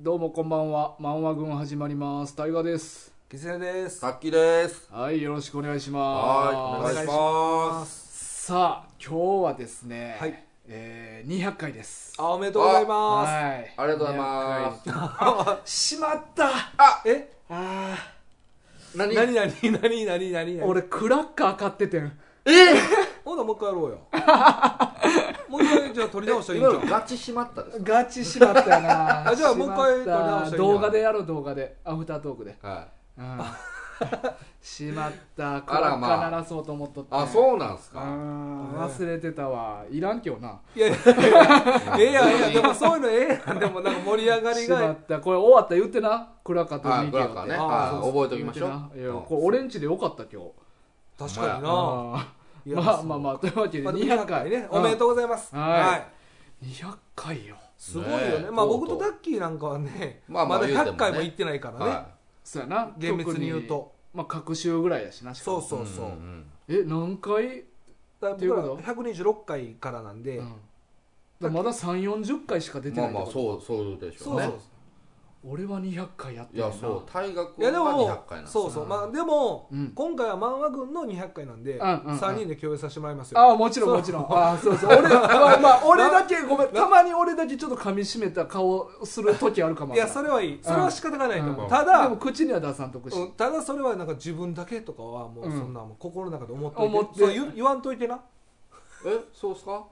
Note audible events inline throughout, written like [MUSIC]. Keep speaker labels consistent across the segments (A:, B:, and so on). A: どうもこんばんは。漫画軍始まります。タイガーです。
B: キツネです。
C: さっきです。
A: はい、よろしくお願いし
C: は
A: ます。
C: い、お願いします。
A: す。さあ、今日はですね、
B: はい
A: えー、200回です。
B: あ、おめでとうございま
A: はい。
C: ありがとうございます
A: 200回。しまった
B: す。え、
A: あ
C: 何
B: なになになになになに
A: ー [LAUGHS] 俺、クラッカー買っててん。
B: ほな、もう一回やろうよ。もう一回、じゃあ取り直したらいいん
C: 今
B: じゃ
C: の
B: ん。
C: ガチしまったです。
A: ガチしまったよな
B: あじゃあもう一回
A: しまった
B: 撮り直したらいいんじゃん
A: 動画でやろう、動画で。アフタートークで。
C: は
A: うんしまった。クラッカー鳴らそうと思っとっ
C: い。
A: た。
C: あ、そうなんす
A: あ
C: か。
A: ー忘れてたわ。いらんけどな。
B: いやいや、ええやん、ええやん。でもそういうのええやん。でもなんか盛り上がり
A: しま
B: が
A: っ。たこれ終わったら言ってなクラカと
C: は
A: ミキ
C: い、ブ
A: よっ
C: ラ
A: て
C: ッカーね。
B: あ
A: そう
C: はい、
A: そう
C: 覚えておきましょう。
A: 言ってないやこれ俺んちでよかった今日
B: 確かにな。
A: あ
B: いや
A: ーまあまあまあというわけで
B: まあ
A: 200回
B: ね。おめでとうございます。
A: はいうん200回よ
B: すごいよ
C: ね
B: ね。
C: え
B: まあ僕
C: と
B: と
C: うと
B: ダ
C: う
B: ッキーなんかはね、
C: まあま
B: まだ
C: あ言うてもね
B: 100回も行ってないからね。
C: は
A: そうやな
B: 厳密に言うと。
A: 特にまあ隔週ぐらいやしなしか
B: そ
A: も
B: うそうそ
C: ん。
B: うん
A: え何回
B: だから
A: っていう
B: 僕
A: こ
B: ら
A: と
B: 126回からなんで
A: うんだ、からまだ3 4 0回しか出て
C: ま
A: な
C: あ
A: い
C: まあ、
A: う
C: そう、そうでしょ
B: そううそ
C: ね
B: う。。
A: 俺は200回やってん
C: い
A: ねん
C: や、
A: な
C: そう、大学
B: いやで
C: は
B: も
C: 200回なんです
B: そうそうまあでも、
A: うん
B: 今回は漫画軍の200回なんで、
A: うんうんうん
B: 3人で共有させてもらいますよ
A: ああもちろんもちろんああそうそう
B: [LAUGHS]
A: 俺まあまあ俺だけごめんたまに俺だけちょっと噛み締めた顔する時あるかも
B: いやそれはいいそれは仕方がないと思う、
A: うん
B: た
A: で
B: だ
A: も口には出さんとくし、
B: うんただそれはなんか自分だけとかはもう
A: うん
B: そんなもう心の中で思っ
A: 思
B: とい
A: って
B: て,、そう言言わんといてな
C: え、そうっすか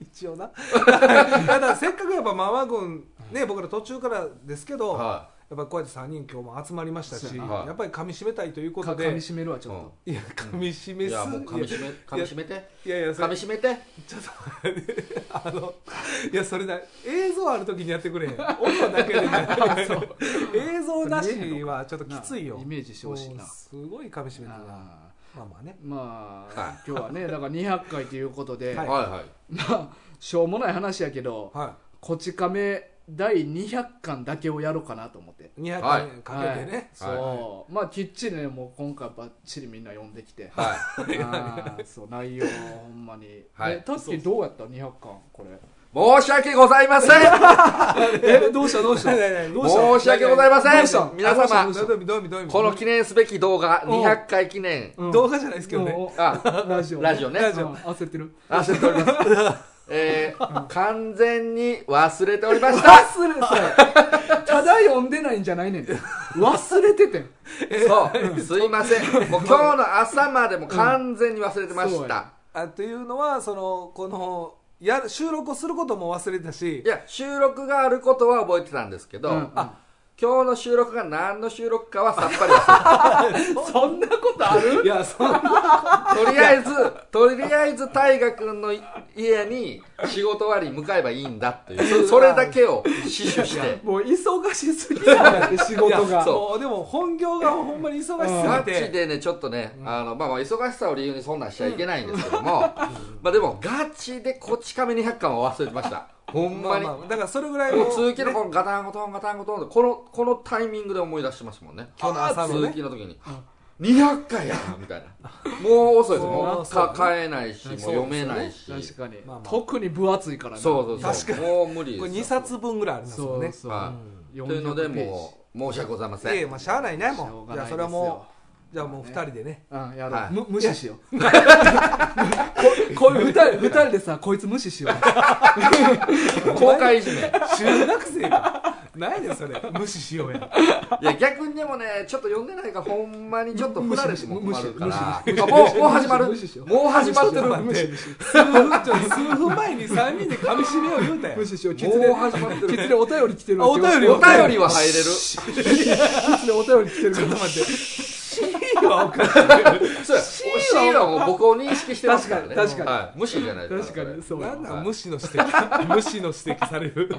B: 一応な [LAUGHS] ただせっかくやっぱ漫画軍ね僕ら途中からですけど、
C: は
B: やっぱりこうやって3人今日も集まりましたし、
A: そう
C: やなはい
B: やっぱり噛み締めたいというこ
A: か
B: と
A: 噛み
B: で
A: 締めるわち
C: い。
A: ょ
C: う
A: っ
C: ん
A: と、
B: いや噛み締め
C: い
B: す
C: や、もう噛み締め、噛み締めて。
B: いやいやそ
C: 噛
B: れ
C: み締めて。
B: あのいやそれだ映像ある時にやってくれへん音だけで映像なしはちょっときついよ
A: なあイメージしてほしいな
B: もうすごい噛み締めてるなま
A: あー
B: あまあね
A: まあ、
C: は
A: 今日はねだから200回ということで、
B: はい
C: はいはい。
A: まあしょうもない話やけど
B: は
A: 「こち亀」第200巻だけをやろうかなと思って
B: い200
C: は
B: 回
C: い
B: かけてね、
A: そう、
C: はい
A: まあきっちりねもう今回ばっちりみんな読んできて
C: はい。
A: あーそう内容ほんまに、
C: はい
A: えタッキーどうやった200巻これ
C: 申し訳ございません
A: えどうしたど
B: [LAUGHS]
A: うした
B: 何何何どうした
C: 申し訳ございま
A: ど
C: せ
A: うした
C: ん皆様、
B: どういう意味どういう意味どういう意味
C: この記念すべき動画、
A: ん
C: 200回記念。
A: うん
B: 動画じゃないですけどね
A: もう
C: あ、
A: ラジオ
C: ラジオね
A: ラジオ焦ってる [LAUGHS]
C: あ焦っております。えー、完全に忘れておりまし
A: [LAUGHS]
C: た。
A: 忘れたただ読んでないんじゃないねん忘れててん
C: そう、すいま
A: [LAUGHS]
C: せん。もう今日の朝までも完全に忘れてま
A: うんそう
C: した
A: や。
B: あというのはそのこのやる収録をすることも忘れたし
C: いや、収録があることは覚えてたんですけど、
A: うん
C: あ今日の収録が何の収録かはさっぱり
A: [LAUGHS]
C: 忘
A: そんなことある
B: いやそんな
C: れてたとりあえず、とりあえず大河君の家に仕事終わりに向かえばいいんだっていう、そそれだけを死守して。
A: もう忙しすぎだって仕
B: いや
A: 事が
C: そう
B: もうでも本業がほんまに忙
C: マ
B: しすぎ
C: ジ
B: て
C: でね、ちょっとね、あの、まあまあ、忙しさを理由にそんなんしちゃいけないんですけども、 [LAUGHS] まあでも、ガチでこち亀200巻は忘れてま
B: [LAUGHS]
C: した。ほんまに。
B: まあまあだからそれぐらい
C: も
B: の
C: う通勤のこのガタンゴトンガタンゴトンってこのこのタイミングで思い出してますもんね
B: 今日の朝のね
C: 通勤の時に200回やみたいなもう遅いです
B: そう
C: もう
B: そう
C: か買えないしも
B: そう
C: う
B: ですよ
C: 読
B: ね
C: めないし
A: 確かに、
B: まあまあ
A: 特に分厚いからね
C: そうそうそう
B: 確
C: もう無理です
B: こ
C: よ
B: れ2冊分ぐらいあります
A: そ
B: もん
A: う
B: ね
A: そう
C: は
A: 400
C: というので
A: ページ
C: もう申し訳ございま
B: いやい
C: せ
B: や
C: ん
B: まあしゃあないね
A: しょ
B: も
A: う
B: う
A: が
B: じ
A: ない
B: ゃあ
A: ですよ
B: それはもうじゃあもう2人でね
A: うんやろう、
C: はい
A: む無視しよう [LAUGHS] ここういう二人二人でさこいつ無視しよう
C: 公開いじめい
B: 中学生がないねんそれ無視しようや
C: や逆にでもねちょっと読んでないからほんまにちょっと振られても困るから
A: 無視無視無視
C: あもうもう始まるも
A: 無
C: う
A: 視しよう
C: 始まってる
B: 無視数分ちょ数分前に3人で噛み締めを言うたやん
A: 無視しようキツネ
C: もう始まってる
A: キツネお便り来てるわ
B: あお便り
C: お
B: を
C: 便りは入れる
A: キツネお便り来てる
B: ちょっと待って C はおかしい
C: そうや C はもう僕を認識してますからね
A: 確かに確かに
C: はい、無視じゃないです
A: 確
C: か
A: からにそうや
B: なんなん無視の指摘無視の指摘される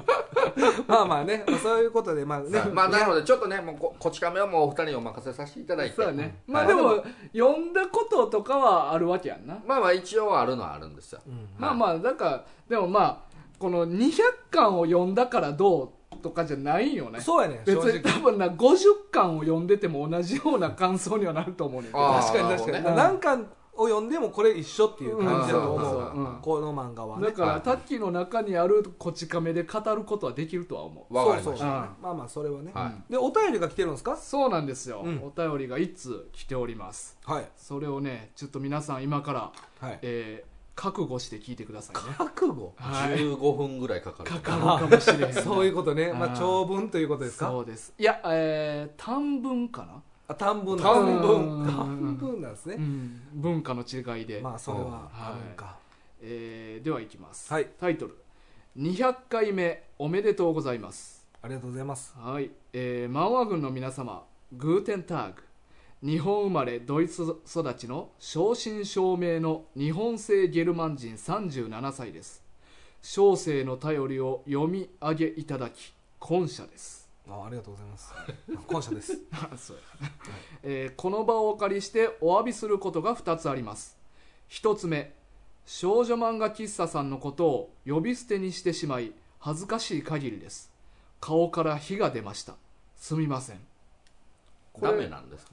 B: まあまあねまあそういうことでまあね
C: はいまあなのでちょっとねもうここち亀はもうお二人にお任せさせていただいて
A: そうやね、
C: うん
A: まあ
C: は
A: で
C: い
A: も読んだこととかはあるわけやんな、
C: まあまあ一応あるのはあるんですよ、
A: まあまあなんかでもまあこの200巻を読んだからどうとかじゃないよね
B: そうやねん
A: 別
B: 正直
A: に多分な50巻を読んでても同じような感想にはなると思うねんけど
C: あー
B: 確かに
C: なる
B: 確か
C: ほどね
B: に何巻を読んでもこれ一緒っていう感じだと思う、
C: うん
A: うん
B: この漫画はね
A: だからタッキーの中にあるこち亀で語ることはできるとは思う
C: わかりま
B: そう
C: し
B: そ
C: た
B: う、
A: うん
B: まあまあそれはね、
C: は
B: でお便りが来てるんですか
A: そうなんですよ、
B: うん
A: お便りが1通来ております
B: はい
A: それをねちょっと皆さん今から、
B: はい
A: えー覚悟して聞いてくださいね
B: 覚悟
A: はい
C: 15分ぐらいかかる
A: かかるかもしれへん
B: [LAUGHS] そういうことね、ま
A: あ
B: あ、
A: ー
B: 長文ということですか
A: そうですいや、えー短文かな、
B: あ短文
A: 短
B: 文
A: 文
B: 短文なんです
A: う
B: ね、
A: ん、文化の違いで、
B: まあそれはあるんか、
A: えーではいきます、
B: はい
A: タイトル200回目おめでとうございます
B: ありがとうございます
A: はい、えー、マンワ軍の皆様グーテンターグ日本生まれドイツ育ちの正真正銘の日本製ゲルマン人37歳です小生の頼りを読み上げいただき感謝です
B: あありがとうございます [LAUGHS] 感謝です
A: あそうやえーこの場をお借りしてお詫びすることが2つあります1つ目少女漫画喫茶さんのことを呼び捨てにしてしまい恥ずかしい限りです顔から火が出ましたすみませ
C: [LAUGHS]
A: ん
C: ダメなんですか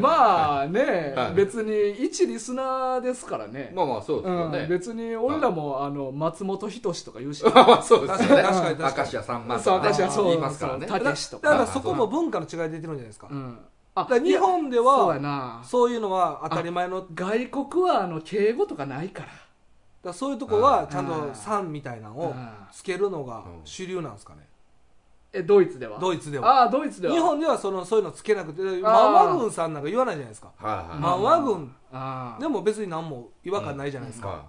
A: まあね、
C: はい
A: 別に一リスナーですからね、
C: まあまあそうですよ
A: うん
C: ね、
A: 別に俺らも、あの松本人志とか言うし
C: まあまあそうですよね
B: 確かに確かに
C: 明石家さんまと
A: そう
C: か、ね、
A: 私はそう
C: 言いますからね
A: そうたけしと
B: だ
A: か、
B: からそこも文化の違い出てるんじゃないですか,、
A: うん、あ
B: だから日本で
A: そうや
B: は
A: な
B: そういうのは当たり前のだか
A: 外国はあの敬語とかないから
B: らそういうとこはちゃん
A: あ
B: と「
A: ー
B: さん」みたいなのを
A: あー
B: つけるのが
C: うん
B: 主流なんですかね
A: えドイツでは
B: ドイツでは
A: ああドイツでは
B: 日本ではそのそういうのつけなくてマンワ軍さんなんか言わないじゃないですか
C: はい
B: マ
C: は
B: ンワ軍
A: ああ
B: でも別に何も違和感ないじゃないです
C: い
B: か、
C: は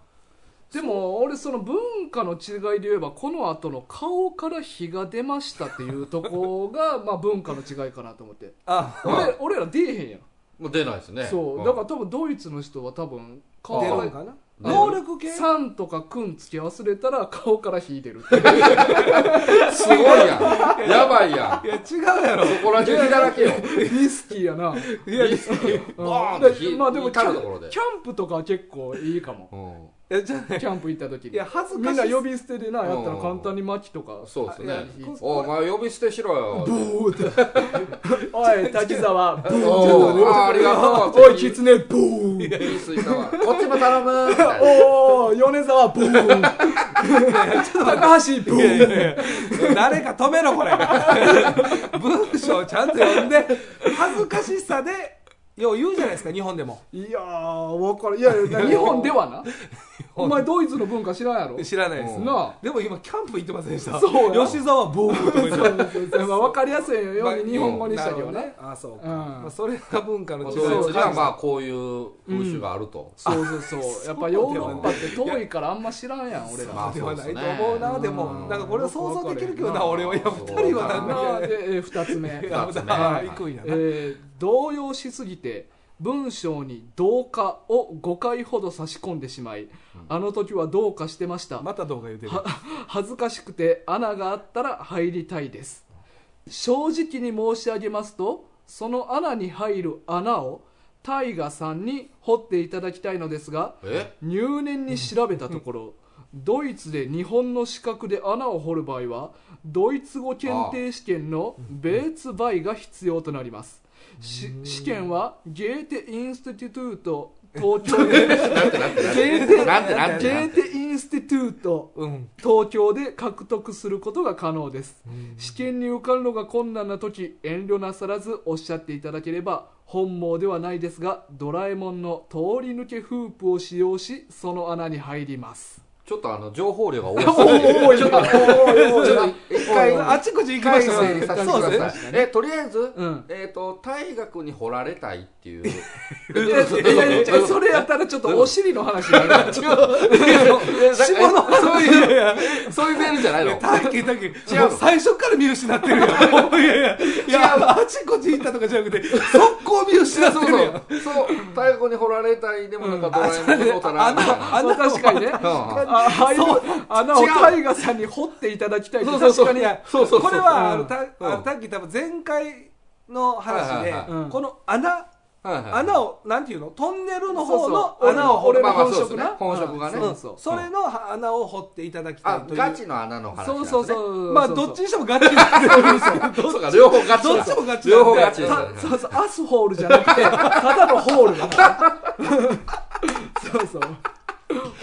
A: でも俺その文化の違いで言えばこの後の顔から火が出ましたっていうとこがまあ文化の違いかなと思って
B: あ
A: 俺俺ら出えへんやん、
C: いもう出ないですね
A: そうだから多分ドイツの人は多分顔
B: 出
A: か
B: るん
A: ら
B: かな
C: あ
B: 能力系
A: さんとかくん付き合わせれたら顔から火出るっていう
C: らすごいやんやばいや
B: いや違うやろ
C: んそこら中火だらけよ
A: リスキーやな、うん
B: い
C: い
B: やい
C: いっすよボーン
A: だ
C: と火
A: まあでも
C: 火
A: キ
C: たる
A: ャ
C: ところ
A: ン
C: で
A: キャンプとかは結構いいかも
C: う
B: やじゃあ
A: キャンプ行った時
B: い
A: に
B: や恥ず
A: み
B: か
A: ん
B: し
A: ない呼び捨てでなやったら簡単に薪とか
C: んそうです
B: あ
C: ね
B: いや
C: お前呼び捨てしろよ
A: [LAUGHS] おい滝沢ブーン
C: おあありがとう
A: おいキツネブーン
C: いい水だわこっちも頼むみたいな
A: おお米沢ブ [LAUGHS] ーン高橋ブ
B: いやい
A: ーン
B: やいや誰か止めろこれ文章をちゃんと読んで恥ずかしさでよう言うじゃないですか日本でも
A: いやー分かるいやいや日本ではなお前ドイツの文化知らんやろ
B: 知らないです
C: うん
A: な
B: でも今キャンプ行ってませんでした
A: そうや
B: 吉沢ブーとか言ってました
A: あ分かりやすいように日本語にしたけど
B: な
A: ね
B: るほどあそう
A: う
B: か、
A: ん
B: まあ、それが文化の
C: まあ
B: 違い
C: ドイツには
B: ま
C: まあこういう風習があると、
A: そうそうそうやっぱヨーロッパって遠いからあんま知らんやん俺ら
C: ま
B: あ
C: あ
B: で
C: そう
B: は
C: で
B: な
C: す
B: い
C: ね
B: と思うなで
C: う
B: も
C: ん
B: なんかこれは想像できるけどな
A: うん
B: 俺はいや
C: そう
B: 二人はなんだ
A: なで2つ目
B: ダメだ
C: な
B: 行くんやな、
A: えー動揺しすぎて文章に「同化」を5回ほど差し込んでしまい、あの時はどうかしてました、
B: また動画言うてる
A: 恥ずかしくて穴があったら入りたいです正直に申し上げますとその穴に入る穴をタイガさんに掘っていただきたいのですが
C: え
A: 入念に調べたところドイツで日本の資格で穴を掘る場合はドイツ語検定試験のベーツバイが必要となりますし試験はゲーテインスティトゥート東京で
C: なんてなんてなんて
A: ゲーテ
C: なんてなん
A: ゲ
C: てなん
A: ー
C: て
A: テインスティトゥート
B: うん
A: 東京で獲得することが可能です、試験に受かるのが困難な時遠慮なさらずおっしゃっていただければ本望ではないですがドラえもんの通り抜けフープを使用しその穴に入ります
C: ちょっとあの情報量が多
A: お
C: いですね
A: いおいおい
C: ちょっと一回
B: あちこち行
C: 一
B: きま
C: 回
B: した
C: 整理させてく
B: そうです
C: だ
B: ね
C: さいえとりあえず、
A: うん
C: えっ、と大学に掘られたいっていう
A: いやいやいやそれやったらちょっとお尻の話になるからちょっ
B: 下の
C: そういうそういうメールじゃないの
B: 大輝大輝
C: 違うの
B: もう最初から見失ってるよいやいやいやあちこち行ったとかじゃなくて速攻見失って
C: そ
B: る
C: うそ
B: よ
C: うそう大学に掘られたいでもなんかドラえもんのことなみたいな
B: あ
A: と確かにね
C: うん
A: あ入る穴をタイガさんに掘っていただきたいって確かに
B: いや
C: そうそうそ
B: こ
C: う
B: れはあ
A: うん
B: のたあのタッキー多分前回の話で、
C: はいはい
A: はいうん
B: この穴
C: はいはい
B: 穴をなんていうのトンネルの
A: そう
B: 方
A: そう
B: の穴を掘
A: 俺
B: る、
A: の
C: まあまあ
A: 本
C: そうです
A: 職
C: ね
A: な
C: 本職がね
A: うんそう
B: それのは穴を掘っていただきたい
C: あ
B: という
C: ガチの穴の話なんで
A: そう
C: すね、
A: そうそう
B: まあどっちにしてもガチなんで
C: そうか両方ガチだ
B: どっちもガチだ
C: 両方ガチです
A: たそうそうアスホールじゃなくてただのホールそうそう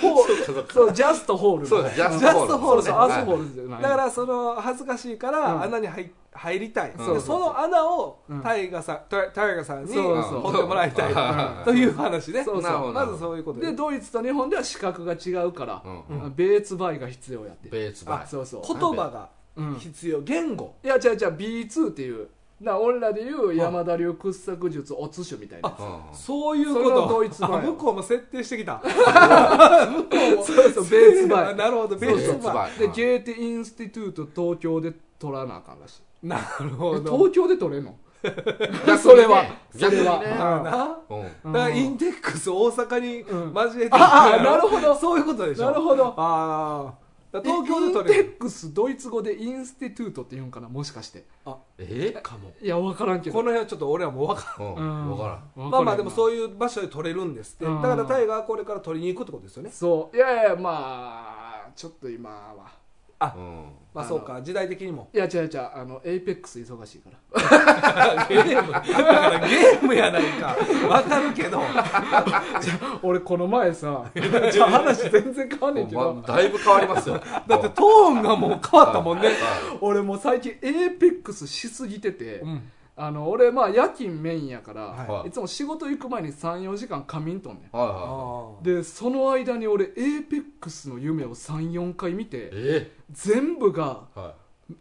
A: ホール
C: そうか
A: そうジャストホール
C: そうだジャ
B: ジャストホール
A: そうそう
B: はい
A: アスホールじゃない
B: だからその恥ずかしいか
A: うん
B: ら穴に入入りたい、
C: そうそう
B: でその穴を
A: うん
B: タイガさん、タイタイガさんに
A: そうそう
B: 掘ってもらいたい
A: ん
B: という話ね
A: そうそう
C: なるほど
B: まずそういうこと
A: で
B: で
A: ドイツと日本では資格が違うから、
C: うん
A: ベーツバイが必要やって
C: ベーツバ
A: あそうそう
B: 言葉
A: う
B: が
A: ん
B: 必要、言語
A: いや違う違う B2 っていうな俺らでいう山田流掘削術おつしゅみたいな
C: イ。うん
B: そういうこ
A: それ
B: と
A: がドイツ版
B: あ向こうも設定して
A: [LAUGHS]
B: きた
A: そうそうベーツバ
B: あ
A: イ
B: なるほどベ
C: ベ
B: ー
C: ー
B: ス
C: ツ
B: バ
C: バイ。
A: で
C: うん
A: ゲーテインスティトゥート東京で取らなあかんらしい
B: イなるほ
A: え
B: ど
A: 東京で取れんの
C: 逆にね
A: それはそ
C: 逆に
A: れ
C: ね
A: は
B: な
C: う
A: う
B: だ
C: ん
A: ん
B: からインデックス大阪に
A: うん
B: 交えていく
A: ああなるほど
B: そういうことでしょ
A: なるほど
B: ああ東京
A: イ
B: で取れ
A: ン
B: る
A: テックスドイツ語でインスティトゥートって言うんかなもしかして
C: えかも。
A: いや分からんけど
B: この辺はちょっと俺はもう分か
C: う。
A: うんん
C: わからん。
B: ら
A: 分
B: ん
A: ん
B: まあまあでも
A: う
B: そういう場所で取れるんですって
A: うん
B: だからタイガーはこれから取りに行くってことですよね
A: そういやいやまあちょっと今は
C: うん。
B: まあそうか時代
A: [LAUGHS]
B: 的にも
A: いや違う違うあのエイペックス忙しいから
B: ゲームだからゲームやないか分かるけど
A: [LAUGHS] 俺この前さ [LAUGHS] じゃあ話全然変わんねんけ
C: ほんま
A: ど
C: だいぶ変わりますよ。
B: だってトーンがもう変わったもんね
A: 俺もう最近エイペックスしすぎてて、あの俺まあ夜勤メインやから、
B: はい
A: い、つも仕事行く前に34時間仮眠とんねん
C: はい
B: あ
C: は
B: ー
A: でその間に俺エイペックスの夢を34回見
C: い。
A: て
C: え
A: 全部が
C: え。は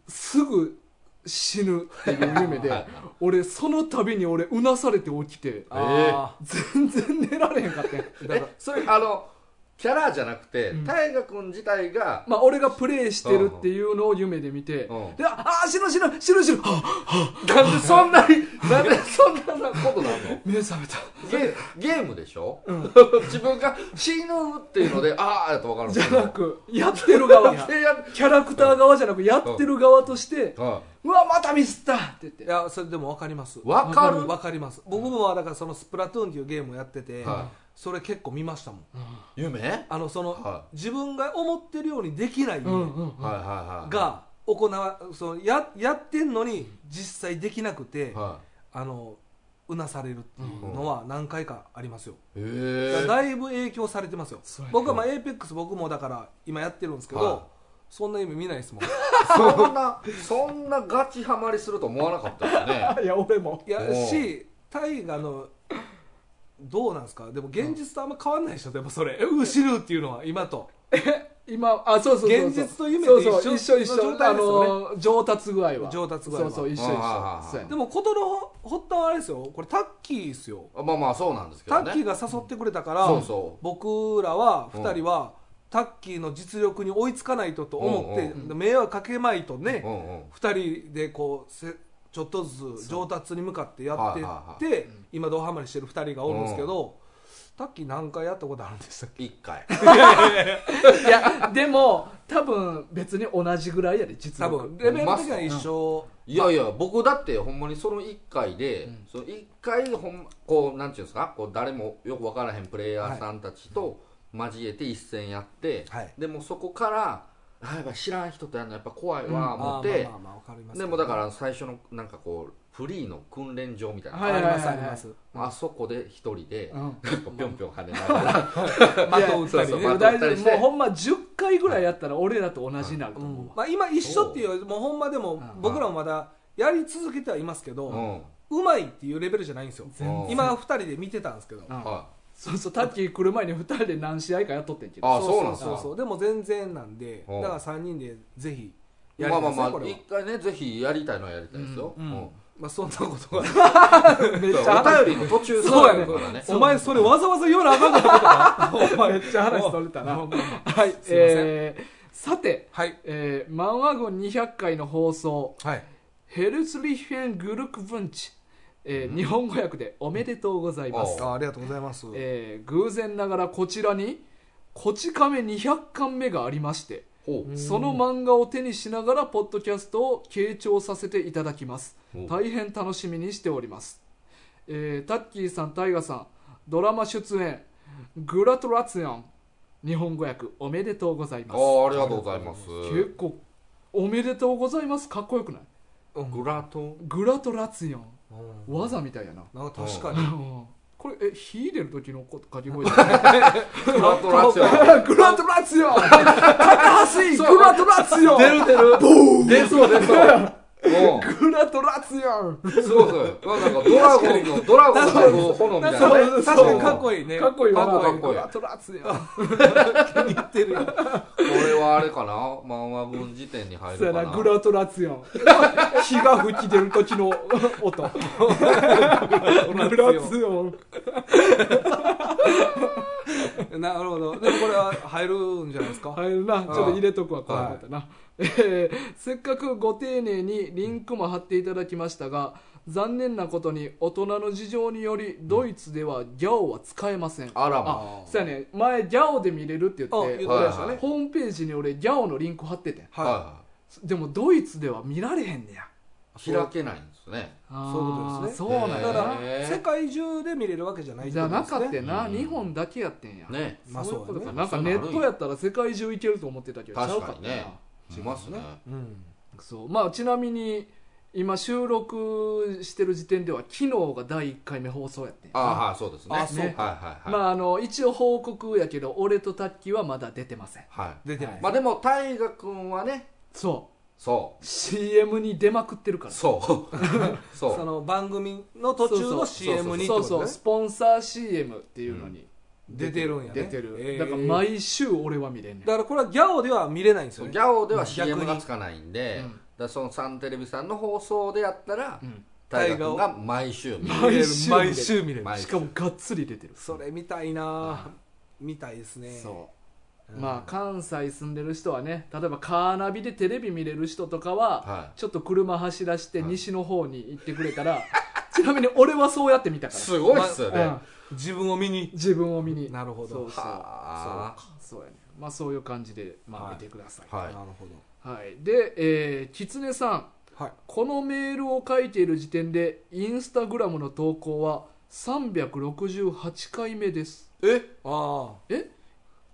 A: すぐ死ぬっていう夢で俺その度に俺うなされて起きて
B: あ
A: 全然寝られへんかったん
B: ー
C: い。
B: だ
C: え
B: か、
C: それ、あの、キャラじゃなくて
A: うん、
C: 大河君自体が、
A: まあ、俺がプレイしてるっていうのを夢で見て、
C: うん
A: でああー死ぬ死ぬ死ぬ死ぬはあ
C: なんでそんなに、なんでそんなことなの
A: 目覚めた
C: ゲーゲームでしょ [LAUGHS] 自分が死ぬっていうので、ああやと分かるん
A: じ
C: です
A: ゃ
C: けど
A: なくやってる側
C: えやっ
A: キャラクター側じゃなくやってる側として
C: は
A: うわまたミスったって言っ
B: らい
A: て
B: やそれでも分かります
C: い分かる
B: 分かります僕もだからそのスプラトゥーンっていうゲームをやってて
C: は
B: それ結構見ましたもん
C: 夢はい
B: あのその、
C: は
B: 自分が思ってるようにできない
A: うんうんう
B: 夢
A: ん
C: はいはい
B: が行わそのややってんのに実際できなくて、
C: は
B: あのうなされるっていうのは何回かありますよ、
C: いへ
B: だから
C: え
B: だいぶ影響されてますよ
A: そうやね
B: 僕はまあ APEX 僕もだから今やってるんですけど、
C: はい
B: そんな夢見ないで
C: [LAUGHS]
B: すもん
C: そんなそんなガチハマりすると思わなかったですね
A: いや俺も
B: いや
C: おう
B: し大河のどうなんですかでも現実とあんま変わんないでしょでもそれ [LAUGHS] う知るっていうのは今と
A: 今あそうそうそうそう
B: 現実と夢
A: そ
B: と
A: う
B: 一緒
A: そう一緒一緒
B: の状態ですよ
A: あの上達具合は
B: 上達具合は
A: そうそう一緒一
C: あーあーあ
A: 緒
C: ー
A: そうやね
B: でも事の発端はあれですよこれタッキーですよ
C: まあまあそうなんですけ
B: タ
C: ど
B: ッキー
C: ね
B: が誘ってくれたから、
C: そうそ
B: 僕らは
C: うん
B: 2人は、タッキーの実力に追いつかないとと思って、
C: うん
B: 迷惑かけまいとね、
C: うんうん
B: 2人でこうせちょっとずつ上達に向かってやってって、
C: はいはい
B: 今ドハマりしてる2人がおるんですけど、タッキー何回やったことあるんでしたっ
C: 一回
A: いやでも多分別に同じぐらいやで
B: け
A: 実
B: 多
A: 力
B: 分レベル的には一緒、
C: いやいや僕だってほんまにその一回で、
A: うん
C: その一回ほんこうなんていうんですかこう誰もよく分からへんプレイヤーさんたちと交えて一戦やって、
B: はい
C: でもうそこからあやっぱ知らん人とやるのやっぱ怖いわ
B: あ
C: 思
B: あ
C: っ
B: まあ
C: て
B: まあ、まあわかります
C: でもだから最初のなんかこうフリーの訓練場みたいな、
A: はい
B: あります
A: は
B: あ
A: い
B: り
A: はい
B: ます、
C: あそこで一人で、
A: うん
C: なんかぴょんぴょん跳ねながら
B: 的を打ったり
C: [LAUGHS]
B: ね
C: そうそう
A: もう大
C: まあ
A: 丈
C: 取
A: 夫
C: ったりして
A: もうほんま10回ぐらいやったら俺らと同じになると
B: う
A: 思うんわ、
B: まあ、今一緒っていうよりもうほんまでも
A: うん
B: 僕らもまだやり続けてはいますけど、
C: うん
B: うまいっていうレベルじゃないんですよ
A: 全
C: 然
B: 今2人で見てたんですけど
A: うん
C: は
A: そうそうタッキー来る前に2人で何試合かやっとってんけど
C: あそうなんすか
B: そうそうでも全然なんで
C: うん
B: だから3人でぜひ
C: い
B: やり
C: ま
B: たい
C: あま
B: ですね
C: あ
B: こ
C: まあ
B: れ
C: 一
B: は
C: 回ねぜひやりたいのはやりたいですよ、
B: う
C: うん
B: んまあそんなことが
A: めっちゃ話
C: お便りの途中
B: そうやね
C: だからね
B: お前それわざわざ言わなあかんかったことかお前
A: めっちゃ話それたな
B: まあまあまあ
A: はい、
B: すいません
A: えー、さて、
B: はい
A: えー、マンワ軍200回の放送
B: はい
A: 「ヘルスリヒェングルクブンチ」えー日本語訳で「おめでとうございます
C: お」
B: あありがとうございます
A: えー偶然ながらこちらに「こち亀200巻目」がありまして
C: ほう
A: その漫画を手にしながらポッドキャストを傾聴させていただきます
C: お
A: 大変楽しみにしております、えータッキーさんタイガさんドラマ出演グラトラツヤン日本語訳おめでとうございま
C: あ
A: す
C: ーありがとうございます
A: 結構おめでとうございますかっこよくない
B: うん
C: グラトン
A: グラトラツヤン
B: うん
A: 技みたいやな [LAUGHS]
B: なんか確かに
A: うんこれえ火入れる時のことかき声じゃない
C: クラトラツィ
A: グラトラツよ高橋グラトラツよ
C: オ出る出る出そう出そううん
A: グラトラツよ
C: すごいすごいなんかドラゴンのドラゴンのこう炎みたいなね
B: 確かにかっこいいね
A: かっこいいわな
C: かっこいい
A: グラトラツよ
B: いい言ってるよ
C: これはあれかな漫画文辞典に入
A: そう
C: る
A: や
C: か
A: な
C: な
A: グラトラツよ火が吹き出る時の音グラツよ
B: なるほどでもこれは入るんじゃないですか
A: 入るなちょっと入れとくわこういうことな、えーせっかくご丁寧にリンクも貼っていただきましたが残念なことに大人の事情によりドイツではギャオは使えません
C: あら
A: あ
C: ま
A: そうやね前ギャオで見れるって言
B: あ
A: って
B: 言ってました
C: はい
B: ね
A: ホームページに俺ギャオのリンク貼っててん
C: あは
A: でもドイツでは見られへんねや
C: い開けないんですね
B: そういうことですね
A: あーそうなん
B: だ
A: やな
B: から世界中で見れるわけじゃない
A: じゃなかったよな、
C: うん
A: 日本だけやってんや、
C: ね
B: まあ
A: そういうことか、
B: そう
A: なんかネットやったら世界中行けると思ってたけどちゃう
C: 確
A: か
C: か
A: った
C: に
A: な
C: ねしますね
B: うん
A: そうまあちなみに今収録してる時点では昨日が第1回目放送やってん
C: ああはいそうですね
B: あそう
A: ね
C: はいはいはい
A: まああの一応報告やけど俺とタッキーはまだ出てません
C: はい
B: 出てない
C: まあでも大河君はね
A: そ
C: そう
A: CM に出まくってるから
C: そうそう
B: その番組の途中の CM にって
A: そ
B: こ
A: うそ
B: と
A: う
B: ね
A: スポンサー CM っていうのに
B: 出てるんやね
A: 出てる、
B: えー
A: だから毎週俺は見れんねん
B: だからこれはギャオでは見れないんです
C: そ
B: よ
C: う
B: ね
C: ギャオでは
B: 逆に
C: CM がつかないんで、
A: うん
C: だからそのサンテレビさんの放送でやったら、
A: うん
C: 大河君が毎週見る
A: 毎週見れる
B: 毎週見れる
C: 毎
A: しかもがっつり出てる
B: それ見たいな見たいですね
A: そう、
B: うん
A: まあ関西住んでる人はね例えばカーナビでテレビ見れる人とかは、
C: は
A: ちょっと車走らして
C: はい
A: 西の方に行ってくれたら、 [LAUGHS] ちなみに俺はそうやって見た
C: い、
A: か
C: すごいっすよね、
A: ら、うん
B: 自分を見に
A: 自分を見に
B: なるほど
A: そうそう
C: はあ
A: そうそうやねまあそういう感じで、まあ、
B: はい
A: 見てください、
C: は
B: ないるほ
A: はい、で、えー、狐さん
B: どはい
A: このメールを書いている時点でインスタグラムの投稿は368回目です
C: え
B: ああ
A: え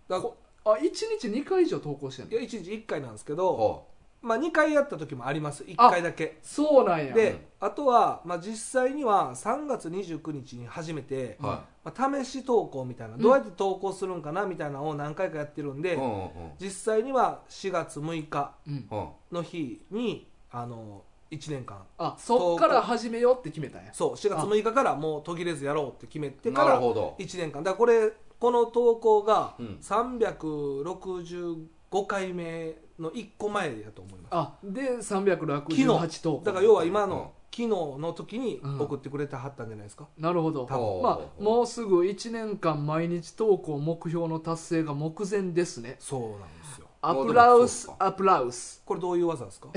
B: だ
A: こあ1日2回以上投稿してん
B: い
A: の
B: や一日1回なんですけど、
C: お
B: まあ、2回やった時もあります1回だけ
A: そうなんや
B: であとは、まあ、実際には3月29日に初めて、
C: は
B: まあ、試し投稿みたいなどうやって投稿するんかなみたいなのを何回かやってるん
C: い
B: で、
C: うんうんうん
B: 実際には4月6日
A: うん、
C: うん
B: の日にあの1年間
A: あそっから始めようって決めたんや
B: そう4月6日からもう途切れずやろうって決めてか
C: なる
B: ら
C: ほど
B: 1年間だからこれこの投稿が
C: うん
B: 365回目の1個前やと思います、
A: あで368投稿
B: だから要は今の昨日の時に送ってくれてはったんじゃないですか、
A: なるほど
C: 多分
A: まあもうすぐ1年間毎日投稿目標の達成が目前ですね
B: そうなんですよ
A: アプラウ
C: そ
A: ス
C: うか
A: アプラウ
B: [LAUGHS]
A: ス
B: これどういう技ですか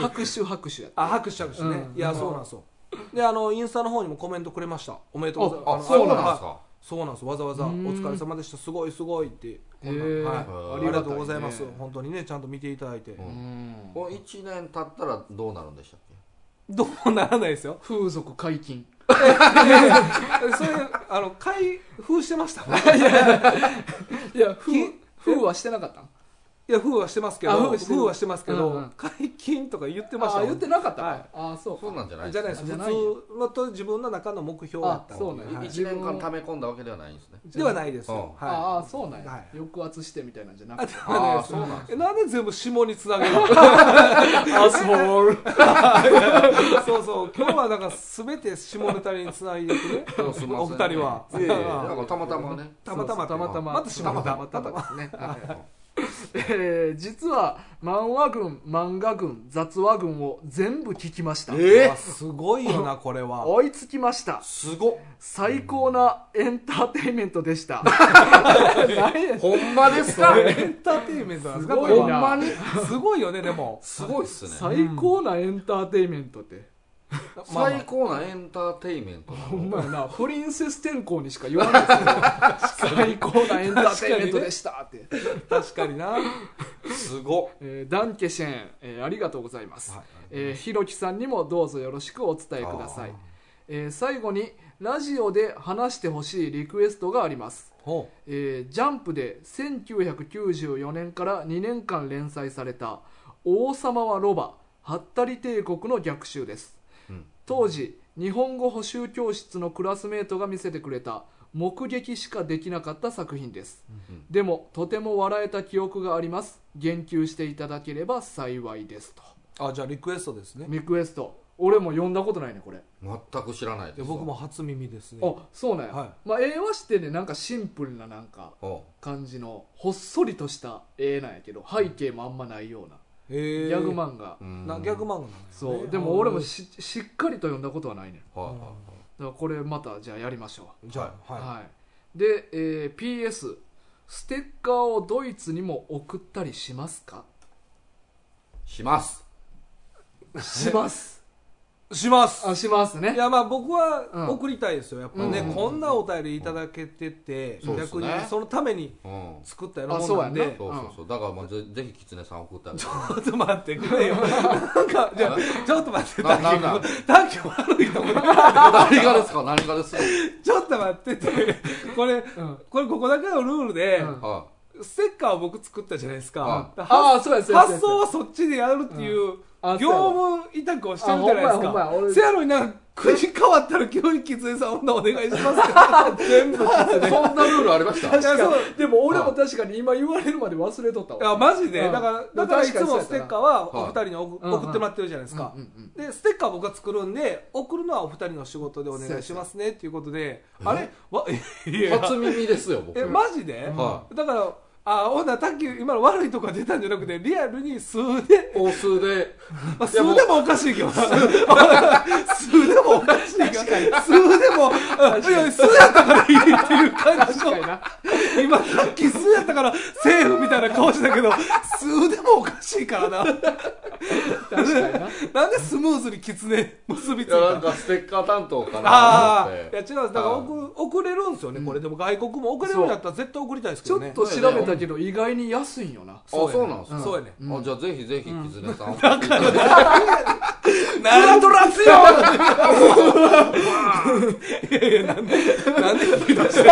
A: 拍手拍手や
B: あ拍手拍手ね、
A: うん
B: いやそうなんですよであのインスタの方にもコメントくれましたおめでとうござい
C: あ
B: ます
C: そうなんです
B: はい
C: か
B: そうなんですわざわざ「お
A: うん
B: 疲れ様でしたすごいすごい」って
A: へー
B: [LAUGHS] はい、あ
C: あ
B: り
C: り
B: が
C: がた
B: と
C: いね
B: うございます本当にねちゃんと見ていただいて、
C: う
A: うん
C: これ1年経ったらどうなるんでしたっけ
B: どうならないですよ
A: 風俗解禁
B: それあの開封してました
A: いや風風はしてなかったん
B: いや封はしてますけ
A: あ
B: ど
A: 封してる
B: 封はしてますけど、
A: うんうん
B: 解禁とか言ってました
A: あ
B: もん
A: 言ってなかった
B: はい
A: かあそう
C: そうなんじゃない
B: じゃないです
A: じゃ
B: 普
A: ないよ
B: 通のと自分の中の目標だった
A: あそうなんや
B: はい
C: 1年間溜め込んだわけではないんですね
B: ではないですよ、
C: うん
B: はい
A: ああそうなんや、
B: はい
A: 抑圧してみたいなんじゃなくて
C: ああそうなんです
B: えなんで全部下につなげるの
A: あそう
B: そうそう今日はなんか全て下ネタにつないでいくね
C: そうすいま
B: お
C: せ
B: 二
C: ん
B: 人は、
C: いえいえなんかたまたまね
B: たまたま
A: たまたま
B: また下ネタ
A: またまですね
C: はい
A: [LAUGHS] えー実は漫画軍漫画軍雑話軍を全部聞きました
C: え
B: あすごいよなこれは
A: 追いつきました
C: すごっ
A: 最高なエンターテインメントでした何やねん
C: ほんまですか
B: エンターテインメントなんですか
A: す
B: こ
A: ご
B: れ
A: い
B: は
A: な
C: ほんまに
B: すごいよねでも
C: すごいっすね
A: 最高なエンターテインメントって
B: まあま
C: 最高なエンターテインメントな
A: ほん
C: の
A: まやなプリンセス天候にしか言わないですけど最高なエンターテインメントでしたって、
B: あ確かにな
C: すごっ
A: えーダンケシェン、えーありがとうございます、
B: はい
A: えーひろきさんにもどうぞよろしくお伝えください、えー最後にラジオで話してほしいリクエストがあります
B: ほ
A: えージャンプで1994年から2年間連載された「王様はロバハッタリ帝国の逆襲」です、
C: うん
A: 当時日本語補習教室のクラスメートが見せてくれた目撃しかできなかった作品です、
C: うん
A: でもとても笑えた記憶があります言及していただければ幸いですと
B: あじゃあリクエストですね
A: リクエスト俺も読んだことないねこれ
C: 全く知らない
B: いや
C: です
B: 僕も初耳ですね
A: あそうなんや、
B: は
A: まあ絵はしてねなんかシンプルななんか
C: おう
A: 感じのほっそりとした絵なんやけど背景もあんまないような、
B: えー
A: ギャグ漫画、
C: うん
B: なギャグ漫画なんだね
A: そうでも俺もししっかりと読んだことはないね
C: はいはい
A: だからこれまたじゃあやりましょう
B: じゃあ
A: はい、
B: は
A: で、えー PS ステッカーをドイツにも送ったりしますか
C: します
A: します
B: いします
A: あします
B: い
A: ね
B: やまあ僕
A: う
B: は
A: ん
B: 送りたいですよやっぱね、
A: うん
B: こんなお便りいただけてて、
C: そうです
B: 逆
C: ね
B: にそのために
C: うん
B: 作ったような
A: あ
B: も
A: そ
B: ん
A: う
B: な
A: や
B: ん
A: ん
B: で
A: な
B: ち
C: そうそうそうだからまあぜぜひキツネさん送ってあげて
B: ょっと待って
A: [LAUGHS]
B: くれよなんかじゃあちょっと待って
C: な
B: タ
C: な
B: ッ
C: んなん
B: キータッキー悪いと思う
C: 何がですか何がですか
B: ちょっと待っててこれ
A: うん
B: これここだけのルールで、
A: うん
C: は
B: ステッカーを僕作ったじゃないですか、
A: あ
B: は
A: あそうやそうやそうや
B: [LAUGHS] 発想はそっちでやるっていう
A: あそうやわ
B: 業務委託をしてるじゃないです
A: あほんまやほんまや
B: か
A: 俺
B: せやのになんか国変わったら急にキツネさん女お願いしますって全部 [LAUGHS]
C: いそんなルールありました
B: いやそう
A: でも俺も確かに今言われるまで忘れとったわ
B: [LAUGHS] あマジで
A: う
B: だ
A: ん
B: からだからい
A: 確かに
B: つ
A: そう
B: も
A: やっ
B: ス
A: たな
B: テッカーは
C: はい
B: お二人に送
A: うんうん
B: 送ってもらってるじゃないですか
A: うんうん
B: でステッカー僕が作るんで送るのはお二人の仕事でお願いしますねっていうことで
C: そう
B: あ
C: や
B: れわいや
C: 初耳ですよ僕
B: えマジで
C: は
B: だからあほんならさっき今の悪いとこが出たんじゃなくてリアルに数で
C: お酢で
B: まあ、数
C: いやもう
B: でもおかし [LAUGHS] いけど数でもおかしいけど数でもうんいや数やったからいいっていう感
A: 確
B: じ
A: かに
B: の
A: な
B: 今さっき数やったからセーフみたいな顔してたけど数でもおかしいからな
A: 確かにな
B: なんでスムーズに狐結び
C: い
B: つい
C: やなん
B: た
C: かステッカー担当かな
B: あ
C: と思
B: あ
C: っ
B: いや
C: て
B: 違うんですだから送送れるんですよね、これでも外国も送れるんやったら絶対送りたいですけ
A: ちょ
B: ど
A: っ
B: ね
A: と調べたけど意外に安いんよな
C: あそうなんです
B: ね
C: か
B: そうやね
A: うん
C: あじゃあぜひぜひキツネさん送って
B: なんとラスよなんで聞き出してる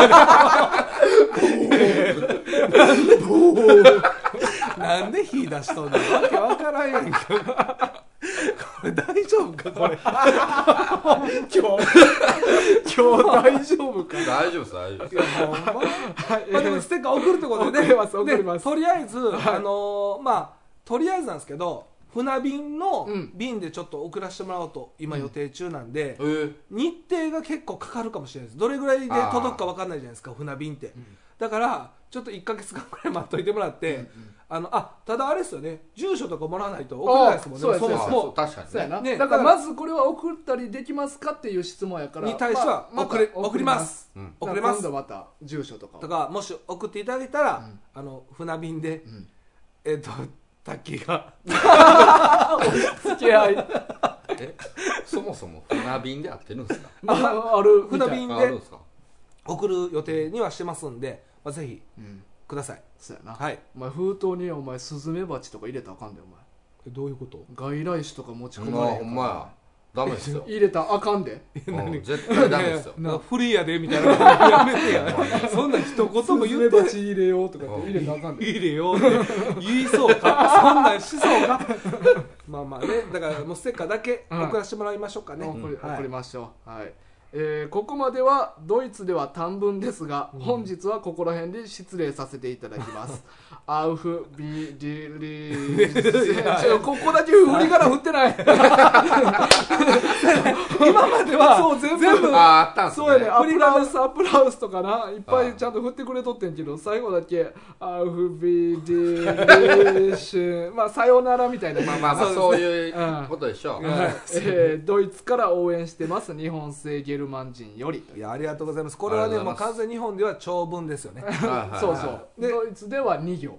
B: なんで火出しとんのわけわからんやんけこれ大丈夫かこれ
A: 今日今日大丈夫か
C: 大丈夫です大丈夫です
B: まあでもステッカー送るってことでね
A: 送ります送ります
B: でとりあえず、あのーまあとりあえずなんですけど船便の
A: うん
B: 便でちょっと送らせてもらおうと今予定中なんで、
C: えー
B: 日程が結構かかるかもしれないですどれぐらいで届くか分かんないじゃないですか船便って、だからちょっと1か月間ぐらい待っといてもらって、あのあただあれですよね住所とかもらわないと送れないですもんね
A: ああ
B: そ
A: そう
B: も
A: や
B: そ
A: そ
B: も
C: 確かに
A: そうやな、
B: ね
A: だからまずこれは送ったりできますかっていう質問やから
B: に対しては
A: まあ
B: 送れ、
A: また
B: 送ります、
C: うん
B: 送れま
A: 今
B: す
A: 度また住所とかを
B: とかもし送っていただけたら、
A: うん
B: あの船便で、
A: ん
B: えっ、とタッキーが
A: 付き合い
C: えそもそも船便で会ってるんですか
A: ああるみたい
B: 船便
C: ああるん
B: で
C: ですか
B: 送る予定にはしてますんで、まあ、ぜひ
A: うん
B: ください
A: そうやな、
B: はい
A: お前封筒にお前スズメバチとか入れたらあかんでお
B: どういうこと
A: 前外来種とか持ち
C: ほ
A: 込
C: ん
A: ま
C: ま
A: れへん
C: ほ
A: から
C: んまやダメです
A: [LAUGHS]
C: よ
A: 入れたらあかんで
C: うん絶対ダメです
A: [LAUGHS]
C: よ
B: いや
C: [LAUGHS]
B: いやフリーやでみたいなことやめてやそんな一言も言って
A: チ入れようとか
C: って入
A: れたらあかん
B: いいでよって言いそうかそんなんしそうかまあまあねだからもうステッカーだけ
A: うん
B: 送らせてもらいましょうかね、
A: 送り,、
B: はい
A: ましょう、はいえーここまではドイツでは短文ですが、本日はここら辺で失礼させていただきますアウフビリリちょここだけ振りから振ってない
B: 今までは
A: そう全部
B: 全部
C: あああったんすね
A: そうやねアプラウスアプラウスとかないっぱいちゃんと振ってくれとってんけど最後だけアウフビリリシュまあさよならみたいな
C: まあまあまあ
B: そ
C: そうういう
A: うん
C: ことでしょ
B: う
C: う
B: ん
A: はいえードイツから応援してます日本製ゲルマン人より
B: いやありがとうございますこれはね
C: あり
B: も
C: が
B: う
C: とう
B: 完
C: ございます
B: 全に日本では長文ですよね
C: はいはい
A: そうそう
B: で
A: ドイツでは2行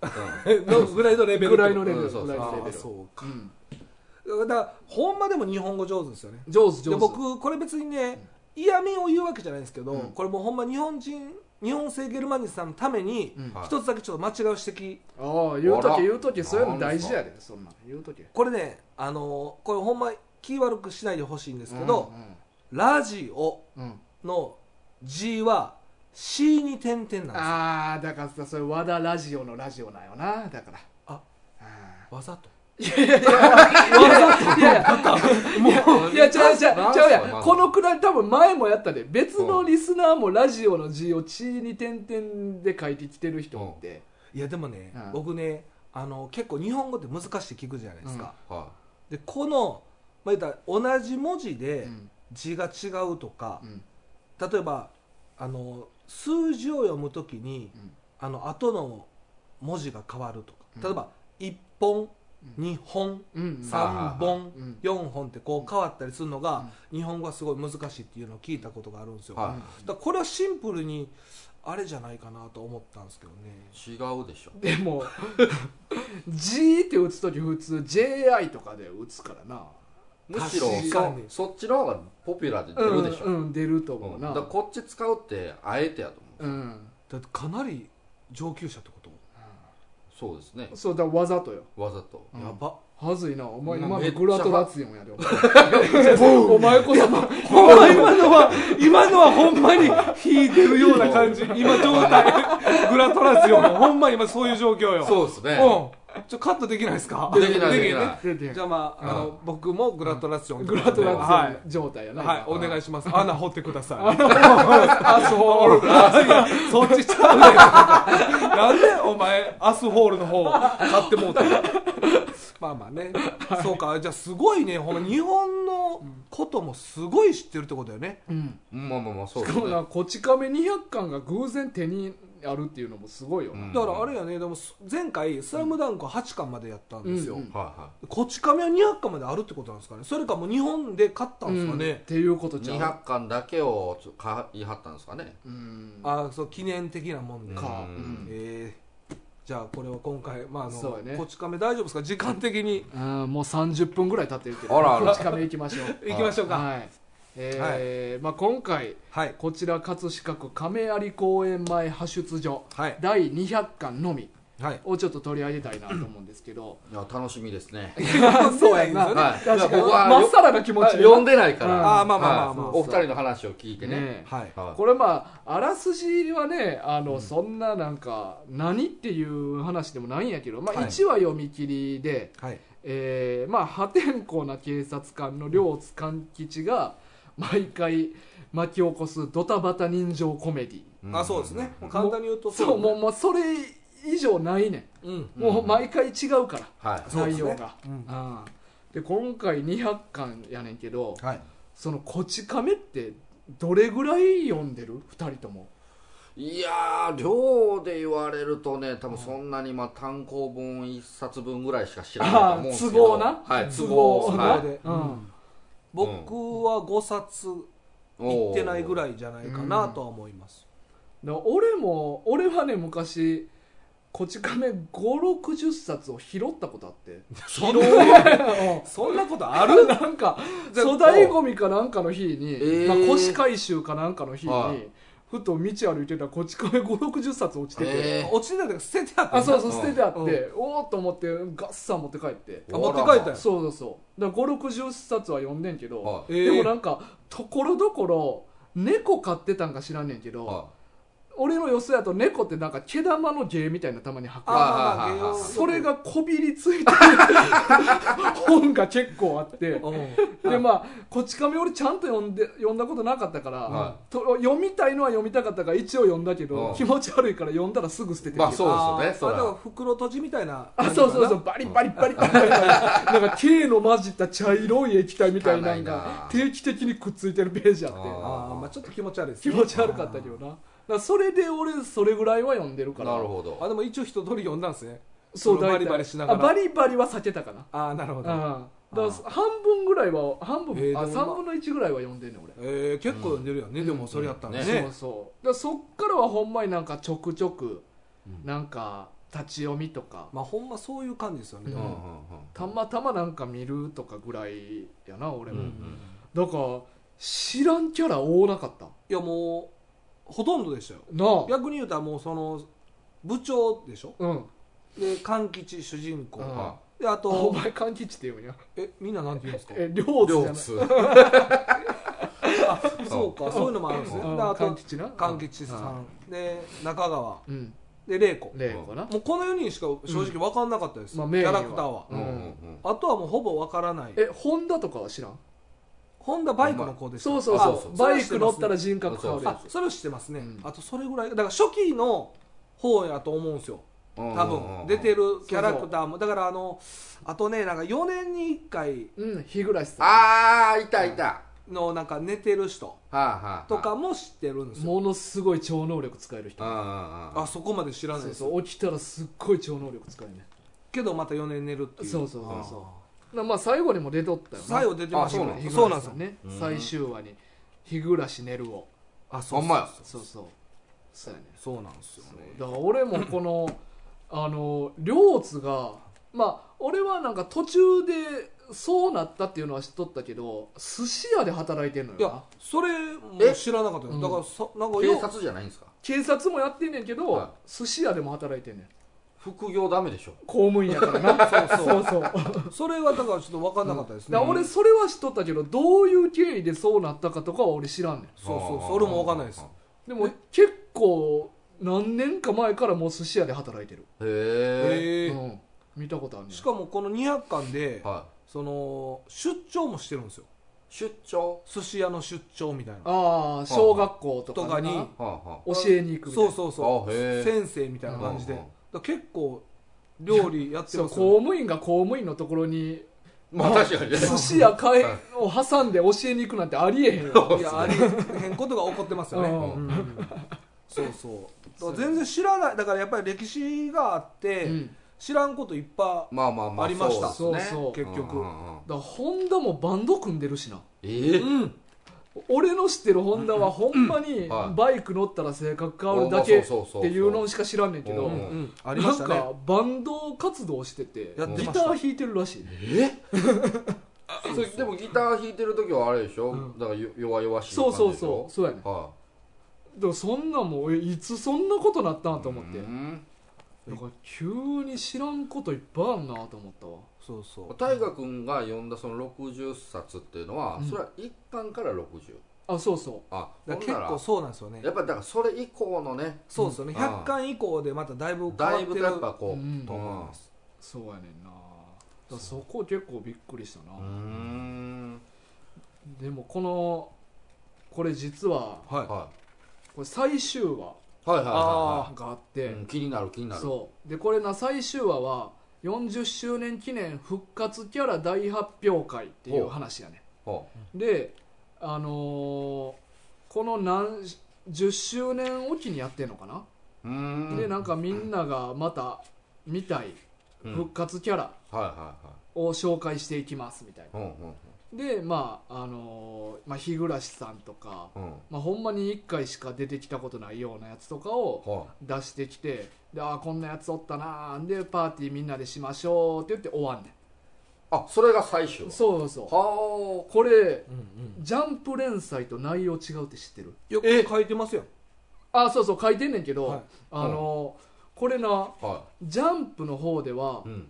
B: [LAUGHS] のぐらいのレベル
A: ぐらいのレベ
C: う
A: ル
C: んそう
A: ぐ
C: そう
A: らいのレベ
B: ああ
A: ル
B: そう
A: う
B: か
A: ん
B: だからほんまでも日本語上手ですよね
A: 上手
B: で
A: 上手
B: 僕これ別にね嫌味を言うわけじゃないんですけど、
A: うん
B: これもうほんま日本人日本製ゲルマン人さんのために
A: うん
C: はい
B: 一つだけちょっと間違う指摘
A: ああ言うと
C: あ
A: き
C: ら
A: 言うときそういうの大事やでそんなん言うとき
B: これねあのーこれほんま気悪くしないでほしいんですけど、
A: う
B: ラジオ
A: んうんうん
B: の G は C に点々なんですよあ
A: ああだからさそれ和田ラジオのラジオなんよなだから
B: あ
A: あ
B: わざといやいやもう
A: いや、違う違
C: なん
A: う、
C: す
A: 違
C: か
A: うや
C: なんす
A: ん。
C: か
A: このくらい多分前もやったで、別のリスナーもラジオの字を地に点々で書いてきてる人もって。
B: いやでもね、
A: うん
B: 僕ねあの結構日本語って難しい聞くじゃないですか、
C: は
B: でこの、まあ、言ったら同じ文字
A: う
B: で
A: ん
B: 字が違うとか
A: う、ん
B: 例えばあの数字を読むときに、
A: うん
B: あの後の文字が変わるとか、
A: うん
B: 例えば1本、
A: う
B: 2本、
A: うん
C: さ
B: 3本、
A: うん
B: 4本ってこう変わったりするのが、日本語はすごい難しいっていうのを聞いたことがあるんです
C: い
B: よ、
C: は
B: だからこれはシンプルにあれじゃないかなと思ったんですけどね
C: い、違うでしょ
A: でも G って打つ時普通 JI とかで打つからな
C: むしろ
B: 確か
C: そ
B: に
C: そっちの方がポピュラーで出るでしょ、
A: うんうん出ると
C: うん
A: 思う
C: だ
A: な
C: からこっち使うってあえてやと思う、
A: うん
B: だってかなり上級者ってこと、
C: そうですね
A: そうだわざとよ
C: わざと、
A: うん
B: やば
A: はずいなお前
C: うん
A: 今の
C: めっちゃ
A: グラトラツイオンやでお前お前こそな
B: ほんま今のは今のはほんまに引いてるような感じ [LAUGHS] 今状態グラトラスよほんま今そういう状況よ
C: そうですね、
B: うんちょカットできないですか
C: できないできない
B: ね
A: 出てへん
B: じゃあまああの、
C: う
B: 僕もグラトラスよ
A: グラト
B: は
A: ラ
B: い
A: ツイオン状態やな、
B: はい、
A: 今
B: お願いします。穴掘ってください。
A: アスホール
B: あそっちちゃうねん。なんでお前、アスホールの方買ってもうたのまあまあね。そうか、じゃあすごいね、ほんま日本のこともすごい知ってるってことだよね。
A: うん
C: まあまあまあそう
A: し
C: で
A: か
C: すね
A: もなこち亀200巻が偶然手にあるっていうのもすごいよな、
C: うん
B: だからあれやね、でもす前回、スラムダンクは8巻までやったんですよ。
A: うんうん
C: は
B: こち亀は200巻まであるってことなんですかね。それかもう日本で買ったんですか
A: うんっ
B: ね。
A: ていうこと
C: い
A: じゃ
C: はい、
A: ん
C: 200巻だけをちょ買いはったんですかね
A: うん
B: ああ、そう、記念的なもんで。
A: か
C: うん
A: うん
B: えーじゃあこれは今回、まあ、あ
A: そう
B: の
A: やね
B: こち亀大丈夫ですか時間的に
A: あーもう30分ぐらい経ってるけど
C: あらあら
A: こち亀行きましょう
B: いきましょうかはい、
A: はいえーまあ、今回
B: はい
A: こちら葛飾区亀有公園前派出所
B: はい
A: 第200巻のみ
B: はい
A: をちょっと取り上げたいなと思うんですけど
C: いや楽しみですね
A: [LAUGHS] そうやな
C: はい
A: 確かに
C: いや僕は
A: まっさらな気持ちで
C: 読んでないか
A: うん
C: ら
B: あーまあまあまあ
C: はい
B: まあ
C: お二人の話を聞いてね
A: ね
B: はい
C: はい
A: これまああらすじはねあの、そんななんか何っていう話でもないんやけど、まあ、
B: はい
A: 1話読み切りで、
B: はい
A: えーまあ、破天荒な警察官の両津勘吉が毎回巻き起こすドタバタ人情コメディ
C: ん
B: あそうですねもう簡単に言うと
A: そうもうもうそれ以上ないね
B: うん
A: んもう毎回違うから、
C: はい
B: そうで
A: 内
B: すね
A: 容が、
B: うん
A: ああで今回200巻やねんけど
B: はい
A: その「こち亀」ってどれぐらい読んでる2人とも
C: いやー量で言われるとね多分そんなにまあ単行本一冊分ぐらいしか知らないと思うんですけど
A: あー都合な
C: はい
A: 都
C: 都
A: 合
C: 合
A: な
C: は
B: それ
C: い
B: で
A: うん
B: 僕は5冊いってないぐら
C: い
B: いじゃないかなとは思い
A: [LAUGHS]
B: ます
A: だから俺も俺はね昔「こち亀」560冊を拾ったことあって
B: そん
A: [LAUGHS]
B: なそんなことある
A: なんか
B: じゃあ
A: 粗大ゴミかなんかの日に、
C: えー
A: まあ、腰回収かなんかの日に、
C: はい
A: ふと道歩いてたらこっち亀560冊落ちてて、
C: えー
B: 落ちてたけど捨ててあった
A: あそうそううん捨ててあって、おおっと思ってガッサン持って帰って、
B: あ持って帰ったよ
A: そうそうそうだから560冊は読んでんけど、
C: は
B: え
A: でも
B: ー
A: なんかところどころ猫飼ってたんか知らんねんけど、
C: は
A: 俺の予想やと猫ってなんか毛玉の芸みたいなのたまに履く
B: あまあまあ
C: はいはいはいはい
A: それがこびりついてる本が結構あって
B: うん
A: でまあこち亀俺ちゃんと読んで読んだことなかったから、
C: は
A: と読みたいのは読みたかったから一応読んだけど、
C: うん
A: 気持ち悪いから読んだらすぐ捨ててる
C: まあそうですよね
B: あー
C: そら
B: あだから袋閉じみたいな
A: あそうそうそう
B: う
A: バリバリバリバリバリバリなんか K の混じった茶色い液体みたいなのが
C: 汚い
A: 定期的にくっついてるページあって
C: あ
B: あーまあちょっと気持ち悪いです
A: 気
B: ね
A: 持ち悪かったけどなだからそれで俺それぐらいは読んでるか
C: い
A: ら
C: なるほ
B: あ
C: ど
B: でも一応一通り読んだんですね
A: そう
B: その
A: 大体
B: バリバリしながら
A: あバリバリは避けたかな
B: ああなるほ
A: うん
B: ど
A: だから半分ぐらいは半分、
B: えーでも
A: あ
B: まあ
A: 3分の1ぐらいは読んでんねん俺
B: えー、結構読んでるやんね、でもそれやったらね,、
C: うん
A: そうそうだからそっからはほんまになんかちょくちょく
C: うん
A: なんか立ち読みとか、
B: まあほんまそういう感じですよね、
A: う
C: うんんうんうん
A: たまたまなんか見るとかぐらいやな俺も、
C: うん
A: だから知らんキャラ多なかった
B: いやもうほとんどでしたよ
A: なあ
B: 逆に言うたらもうその部長でしょ
A: うん
B: で勘吉主人公、
A: うん
C: は
B: であ
A: お
B: と
A: 前勘吉って言
B: [LAUGHS]
A: うんや
B: えみんななんて言うんですか
A: え
C: い
A: 両津じゃ
C: 両
A: ない
C: 津
B: そうかそういうのもあるんですね
A: うん
B: であ
A: 勘
B: と
A: 吉な
B: 勘吉さん、で中川
A: うん
B: で玲子
A: 例子な
B: もうこの4人しか正直分かんなかったです、
A: まあ
B: キ
A: メイン
B: ャ
A: は
B: ラクターは、
A: うん
B: あとはもうほぼ分からない
A: えホンダとかは知らん
B: ホンダバイクの子でした
A: そうそう
B: あ
A: そうバイク乗ったら人格変わるや
B: あ
A: つ
B: それを知ってますね、
A: うん
B: あとそれぐらいだから初期の方やと思うんですよ
C: うん
B: 多
C: うん
B: 分出てるキャラクターもだからあのあとねなんか4年に1回
A: うん日暮さ
C: ああいたいた、は
B: のなんか寝てる人
C: あはあ
B: とかも知ってるんで
A: ん
B: すよ
A: ものすごい超能力使える人
C: あ
B: あそこまで知らない
A: そ
B: で
A: う
B: す
A: そう起きたらすっごい超能力使えるね
B: けどまた4年寝るっていう
A: そうそうそうそう
B: あ
A: なまあ最後にも出とった
B: ー
A: よな
B: 最後出てましたよ
C: あ
B: ね
A: 日
B: そうな
A: 暮さ
B: んですよ
A: んね
C: うん
A: 最終話に日暮ねるを
B: あ
C: ほんまや
A: そうそうそうやね
B: そうなんですよね
A: だから俺もこのあの両津がまあ俺はなんか途中でそうなったっていうのは知っとったけど寿司屋で働いてんのよ
B: い
A: な
B: やそれも
C: え
B: 知らなかったよ
A: うん
B: だからさなんか
C: 警
B: よう
C: 察じゃないんですか
A: 警察もやってんねんけど、
C: は
A: 寿司屋でも働いてんねん
C: 副業ダメでしょ
A: 公務員やからな
B: そ
A: [LAUGHS] そう
B: う [LAUGHS]
A: そうだか
B: それはだからちょっと分かんなかったですね
A: ら俺それは知っとったけどどういう経緯でそうなったかとかは俺知らんねん
B: そうそうそう俺も分かんないです
A: でも結構何年か前からもう寿司屋で働いてる、
B: へ
C: へえ
A: うん、見たことあるねん
B: しかもこの200巻で
C: は
B: その出張もしてるんですよ
C: い出張
B: 寿司屋の出張みたいな
A: ああ小学校と
B: と
A: か
B: か
A: に
B: に
C: はあは
A: 教えに行くみたい
B: そ
A: な
B: うそうそう
C: あへえ
B: 先生みたいな感じで
C: うん
B: だ
C: うん
B: から結構料理やって
A: そう
B: ます
A: 公
B: よ
A: 務員が公務員のところに
C: まあ確かにね
A: 寿司屋かえを挟んで教えに行くなんてありえへんよ
B: いやありえへんことが起こってますよね
A: うん
B: うんうんそうそうだから全然知らないだからやっぱり歴史があって
A: うん
B: 知らんこといっぱい
C: まあまあまあ
B: ありました
C: そうですね
A: そうそう
B: 結局
C: うんうんう
A: だ
C: ん
A: からホンダもバンド組んでるしな
C: ええ
B: うん
A: 俺の知ってるホンダはほんまに
C: はい
A: バイク乗ったら性格変わるだけっ
C: そうそうそうそう
A: ていうのしか知らんねんけ
C: う
A: ど
B: うん
C: ん
B: うんあり
A: な
B: ま
A: ん
B: したね
A: かバンド活動しててギタ
B: やってました
A: ー弾いてるらしいね
C: えそれでもギター弾いてる時はあれでしょ、だからよ弱々しい感
A: そ
C: じ
A: う
C: でしょ
A: そうそうそうやねん
C: は
A: でもそんなんもうえいつそんなことなったんと思っ
C: い
A: て
C: うん
A: だから急に知らんこといっぱいあんなと思ったわ
B: そうそう
C: 大河君が読んだその60冊っていうのは、それは一巻から60
A: あそうそ
C: あ
B: だ
C: ほん
B: か
C: な
B: ら
C: ら
B: 結構そうなんですよね
C: やっぱだからそれ以降のね
B: そうですよね
C: うん
B: 100巻以降でまただいぶ変わ
C: だ
B: っ
C: い
B: て
C: ぶ
B: る
C: やっぱこう、
A: うん
B: と思います
A: うそうやねんなだからそこ結構びっくりしたな、
C: うーん
A: でもこのこれ実は
B: はい
C: は
A: これ最終話
C: いはいはいは
B: あ
A: があっ
C: い
A: て、
C: はい、うん、気になる気になる
A: そうでこれな最終話は40周年記念復活キャラ大発表会っていう話やね
C: ほ
A: であのーこの何10周年おきにやってんのかな、
C: ううーん
A: でなんかみんながまた見たい
C: うん
A: 復活キャラ
C: はいはいは
A: を紹介していきますみたい
C: いうんうん
A: なでまああのーまあ、日暮さんとか、
C: うん
A: まあ、ほんまに1回しか出てきたことないようなやつとかを
C: は
A: 出してきてでああこんなやつおったなーでパーティーみんなでしましょうって言って終わんね
C: いあそれが最
A: ん
C: 終話
A: そうそうそう
C: は
A: これ
B: うんうん
A: ジャンプ連載と内容違うって知ってる
B: よく書いてますよ
A: あそうそう書いてんねんけど、
B: はい
A: あのーこれな
C: あは、
A: ジャンプの方ではい
C: うん、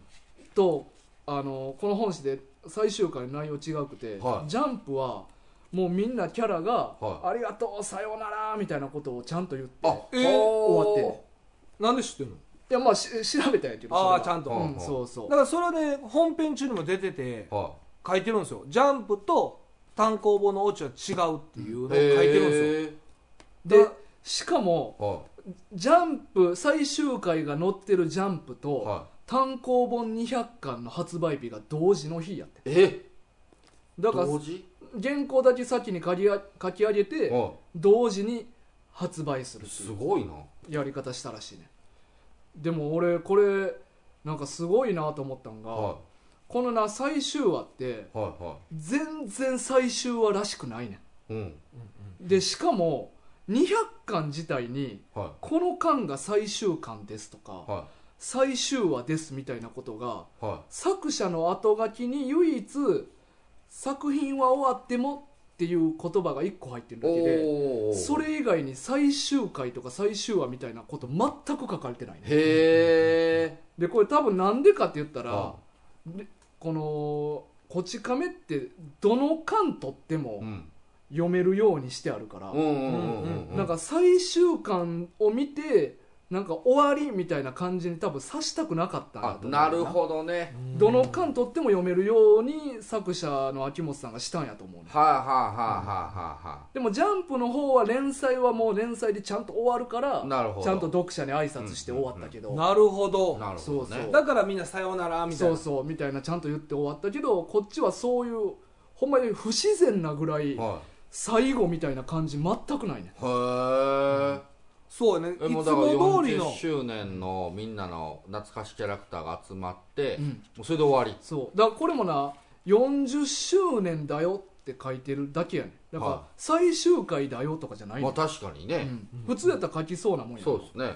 A: とあのこの本誌で最終回の内容違くて、
C: はい
A: ジャンプはもうみんなキャラが「
C: は
A: ありがとうさようなら」みたいなことをちゃんと言って
C: あ
A: い
B: えー
C: ほ
A: 終わってんね
B: なんで知ってるの
A: やまあし調べたんやけど
B: ああ
A: そ
B: ち
A: れは
B: ゃんと
C: う
A: うんん、そうそう
B: だからそれで本編中にも出てて
C: は
B: 書いてるんですよジャンプと単行本のオチは違うっていうのを
C: い
B: 書いてるんですよ
C: すよ
A: で
B: だ
A: しかも
C: は
A: ジャンプ最終回が載ってるジャンプと、
C: いはい
A: 単行本200巻の発売日が同時の日やって
C: え
A: だから
C: 同時
A: 原稿だけ先に書きあ書き上げて
C: は
A: 同時に発売する
C: い
A: っていう
C: すごいな
A: やり方したらしいねでも俺これなんかすごいなと思ったんが、
C: は
A: このな最終話って
C: いはいは
A: 全然最終話らしくないね
C: いうん
A: んでしかも200巻自体に
C: は
A: この巻が最終巻ですとか、
C: いは
A: 最終話ですみたいなことが
C: いは
A: 作者の後書きに唯一作品は終わってもっていう言葉が1個入ってる
C: い
A: だけで
C: おー
A: それ以外に最終回とか最終話みたいなこと全く書かれてないね
C: へえ
A: でこれ多分なんでかって言ったら、
C: あ
A: でこの「こち亀」ってどの巻取って
C: う
A: も
C: ん
A: 読めるようにしてあるから、
C: うんうんうん
B: う
C: うん
A: なんか最終巻を見てなんか終わりみたいな感じに多分刺したくなかったんや
C: あ
A: と思う
C: なるほどね
A: どの巻取っても読めるように作者の秋元さんがしたんやと思うね
C: はいはいはいはいは
A: でもジャンプの方は連載はもう連載でちゃんと終わるから
C: なるほど
A: ちゃんと読者に挨拶して終わったけど、
B: なるほど
C: いなるほどね
A: そう
B: だからみんなさようならみたい
A: そう
B: な
A: そうみたいなちゃんと言って終わったけどこっちはそういうほんまに不自然なぐらい
C: は
A: 最後みたいな感じ全くないね
C: いへえ
B: そうやねいつ
C: え
B: も
C: もう
B: 通
C: だから
B: りの
C: 40周年のみんなの懐かしキャラクターが集まって、
A: うん
C: もうそれで終わり
A: そうだからこれもな40周年だよって書いてるだけやねんだか
C: はい
A: ら最終回だよとかじゃないね
C: まあ
A: ん
C: 確かにね、
A: うん普通やったら書きそうなもんや
C: そうですね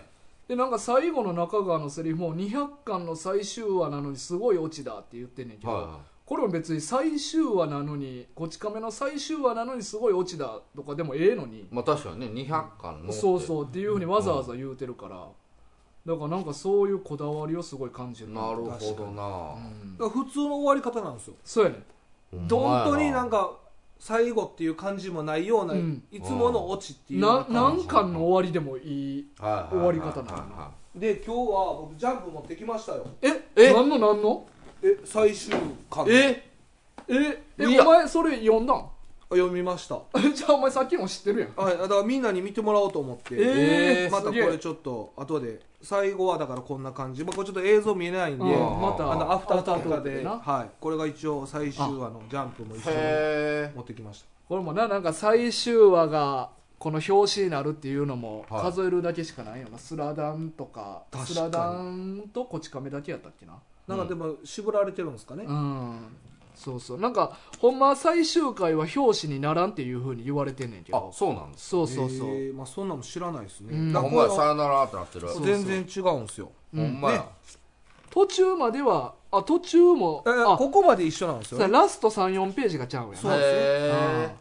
A: でなんか最後の中川のセリフも200巻の最終話なのにすごいオチだって言ってんねんけど、
C: は
A: これも別に最終話なのにこち亀の最終話なのにすごいオチだとかでもええのに
C: いまあ確かにね200巻の
A: そう
C: う
A: そうっていうふうにわざわざ言うてるから、だからなんかそういうこだわりをすごい感じる
C: なる
A: ど、
C: ほどな
A: うん
B: だから普通の終わり方なんですよ
A: そうやねん
B: どんとになんか最後っていう感じもないような、
A: うん
B: いつものオチっていう
A: な
B: のが
A: 何巻の終わりでもいい終わり方なの
C: の
B: で今日は僕ジャンプ持ってきましたよ
A: え
C: え
A: 何の何の
B: え最終巻
C: え
A: ええ
C: いや
A: お前それ読んだん [LAUGHS]
B: 読みました
A: じゃあお前さっきも知ってるやん
B: はい、だからみんなに見てもらおうと思って、
A: えー
B: また
A: す
B: こ
A: げえ
B: れちょっと後で最後はだからこんな感じ、まあ、これちょっと映像見えないんで、
A: うん
C: あ
A: また
B: あのアフタートークとかで
A: な
B: はい、これが一応最終話のジャンプも一緒に
C: へえ
B: 持ってきまし
A: これもななんか最終話がこの表紙になるっていうのも
C: はい
A: 数えるだけしかないよな、スラダンとか
B: 確かに
A: スラダンとこち亀だけやったっけな
B: たなんかでも絞られてるんですかね、
A: うんそうそうなんかほんまは最終回は表紙にならんっていうふうに言われてんねんけ
C: あ
A: ど
C: そうなんです
A: そうそうそう、
B: えーまあ、そんなの知らないですね、
A: うん
B: だ
C: ほ
B: か
C: んま
B: ら
C: や
B: こ
C: さよならってなってる
B: れは
A: そう
B: 全然違うんですよ
A: う
C: ほ
A: ん
C: んまや
A: 途中まではあ途中も
B: えー
A: あ
B: ここまで一緒なんですよ
A: さ
B: ね
A: ラスト34ページがちゃうんや
B: そう
A: な
B: ですね
A: うん
C: へ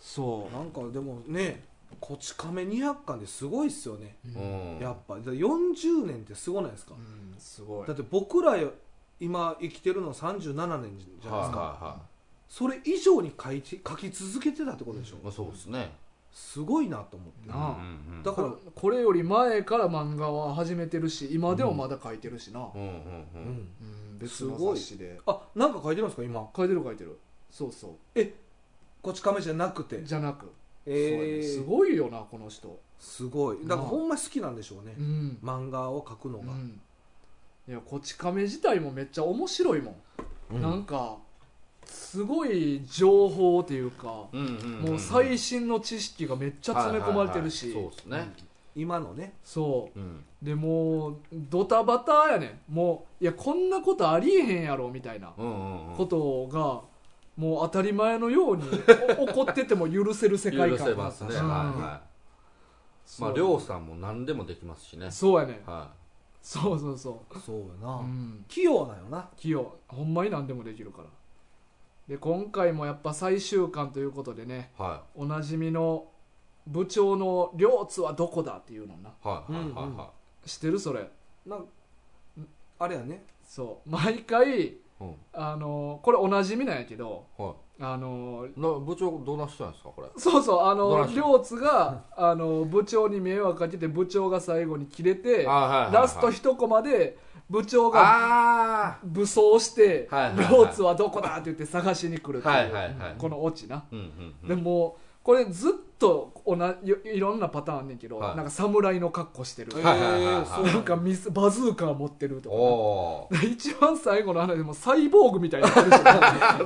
A: そ
B: なんかでもね「こち亀200巻」ですごいっすよね、
A: う
C: えうん
B: やっぱだから40年ってすごないですか、
A: うんすごい
B: だって僕らよ今生きてるの37年じゃない
C: はい
B: で
C: は
B: す
C: い
B: か、
C: は
B: それ以上に書いて書き続けてたってことでしょ
C: いまあそうですね
B: すごいなと思って
A: なあ
C: うん
B: だ
A: こ
B: か
A: れ
B: ら
A: これより前から漫画は始めてるし今でもまだ書いてるしな、
C: うんうんう
B: う
A: う
B: んん
A: ん、別
B: 別
A: の
B: の
A: 雑
B: 雑
A: 誌
B: 誌
A: で
B: あなんか書いてるんですか今
A: 書いてる書いてるそうそ
B: こち亀じゃなくて
A: うじゃなく、
B: えー
A: そうやねすごいよなこの人
B: すごいだか
A: なあ
B: らほんま好きなんでしょうね
A: うん、
B: 漫画を書くの
A: う
B: が
A: ん、いやこち亀自体もめっちゃ面白いもん、
C: うん
A: なんかすごい情報っていうか、
C: うんうんんん
A: もう最新の知識がめっちゃ詰め込まれてるし、
C: はいはいはいそうですね
B: 今のね
A: そう
C: うん
A: でもうドタバタやねんもういやこんなことありえへんやろみたいな
C: うんうんうん
A: ことがもう当たり前の
C: [LAUGHS]
A: ようにお起こってても許せる世界
C: 許
A: 観
C: せますねはいは
A: そ
C: いまあ
A: う
C: 亮さんも何でもできますしね
A: そうやねん
C: は
A: そうそうそ
B: そうやな、
A: う、うん、
B: 器用なよな
A: 器用ほんまに何でもできるからで今回もやっぱ最終巻ということでね
C: いは
A: おなじみの部長の「両津はどこだ?」っていうのない
C: はいはいはいは
A: 知ってるそれ
B: なんあれやね
A: そう毎回
C: いうん
A: あのこれおなじみなんやけど
C: は
A: あの
C: いな部長どうなしたんですかこれ
A: そうそうあ
C: ど
A: の
C: ないした
A: 両津があの部長に迷惑かけて部長が最後に切れて
C: あはいはいはい
A: ラスト一コマで部長が
C: あ
A: 武装して
C: はいはいはい
A: 両津はどこだって言って探しに来るって
C: はいいうはいはい
A: このオチな
C: あうんうんうん
A: でもこれずっと同じいいろんなパターンあんねんけど
C: は
A: ないんか侍の格好してる
B: え
C: はいはいはいはい
B: ーそう
A: なんかミスバズーカー持ってるとかな
C: お
A: で一番最後の話でもサイボーグみたいになってるし
C: [LAUGHS]
A: な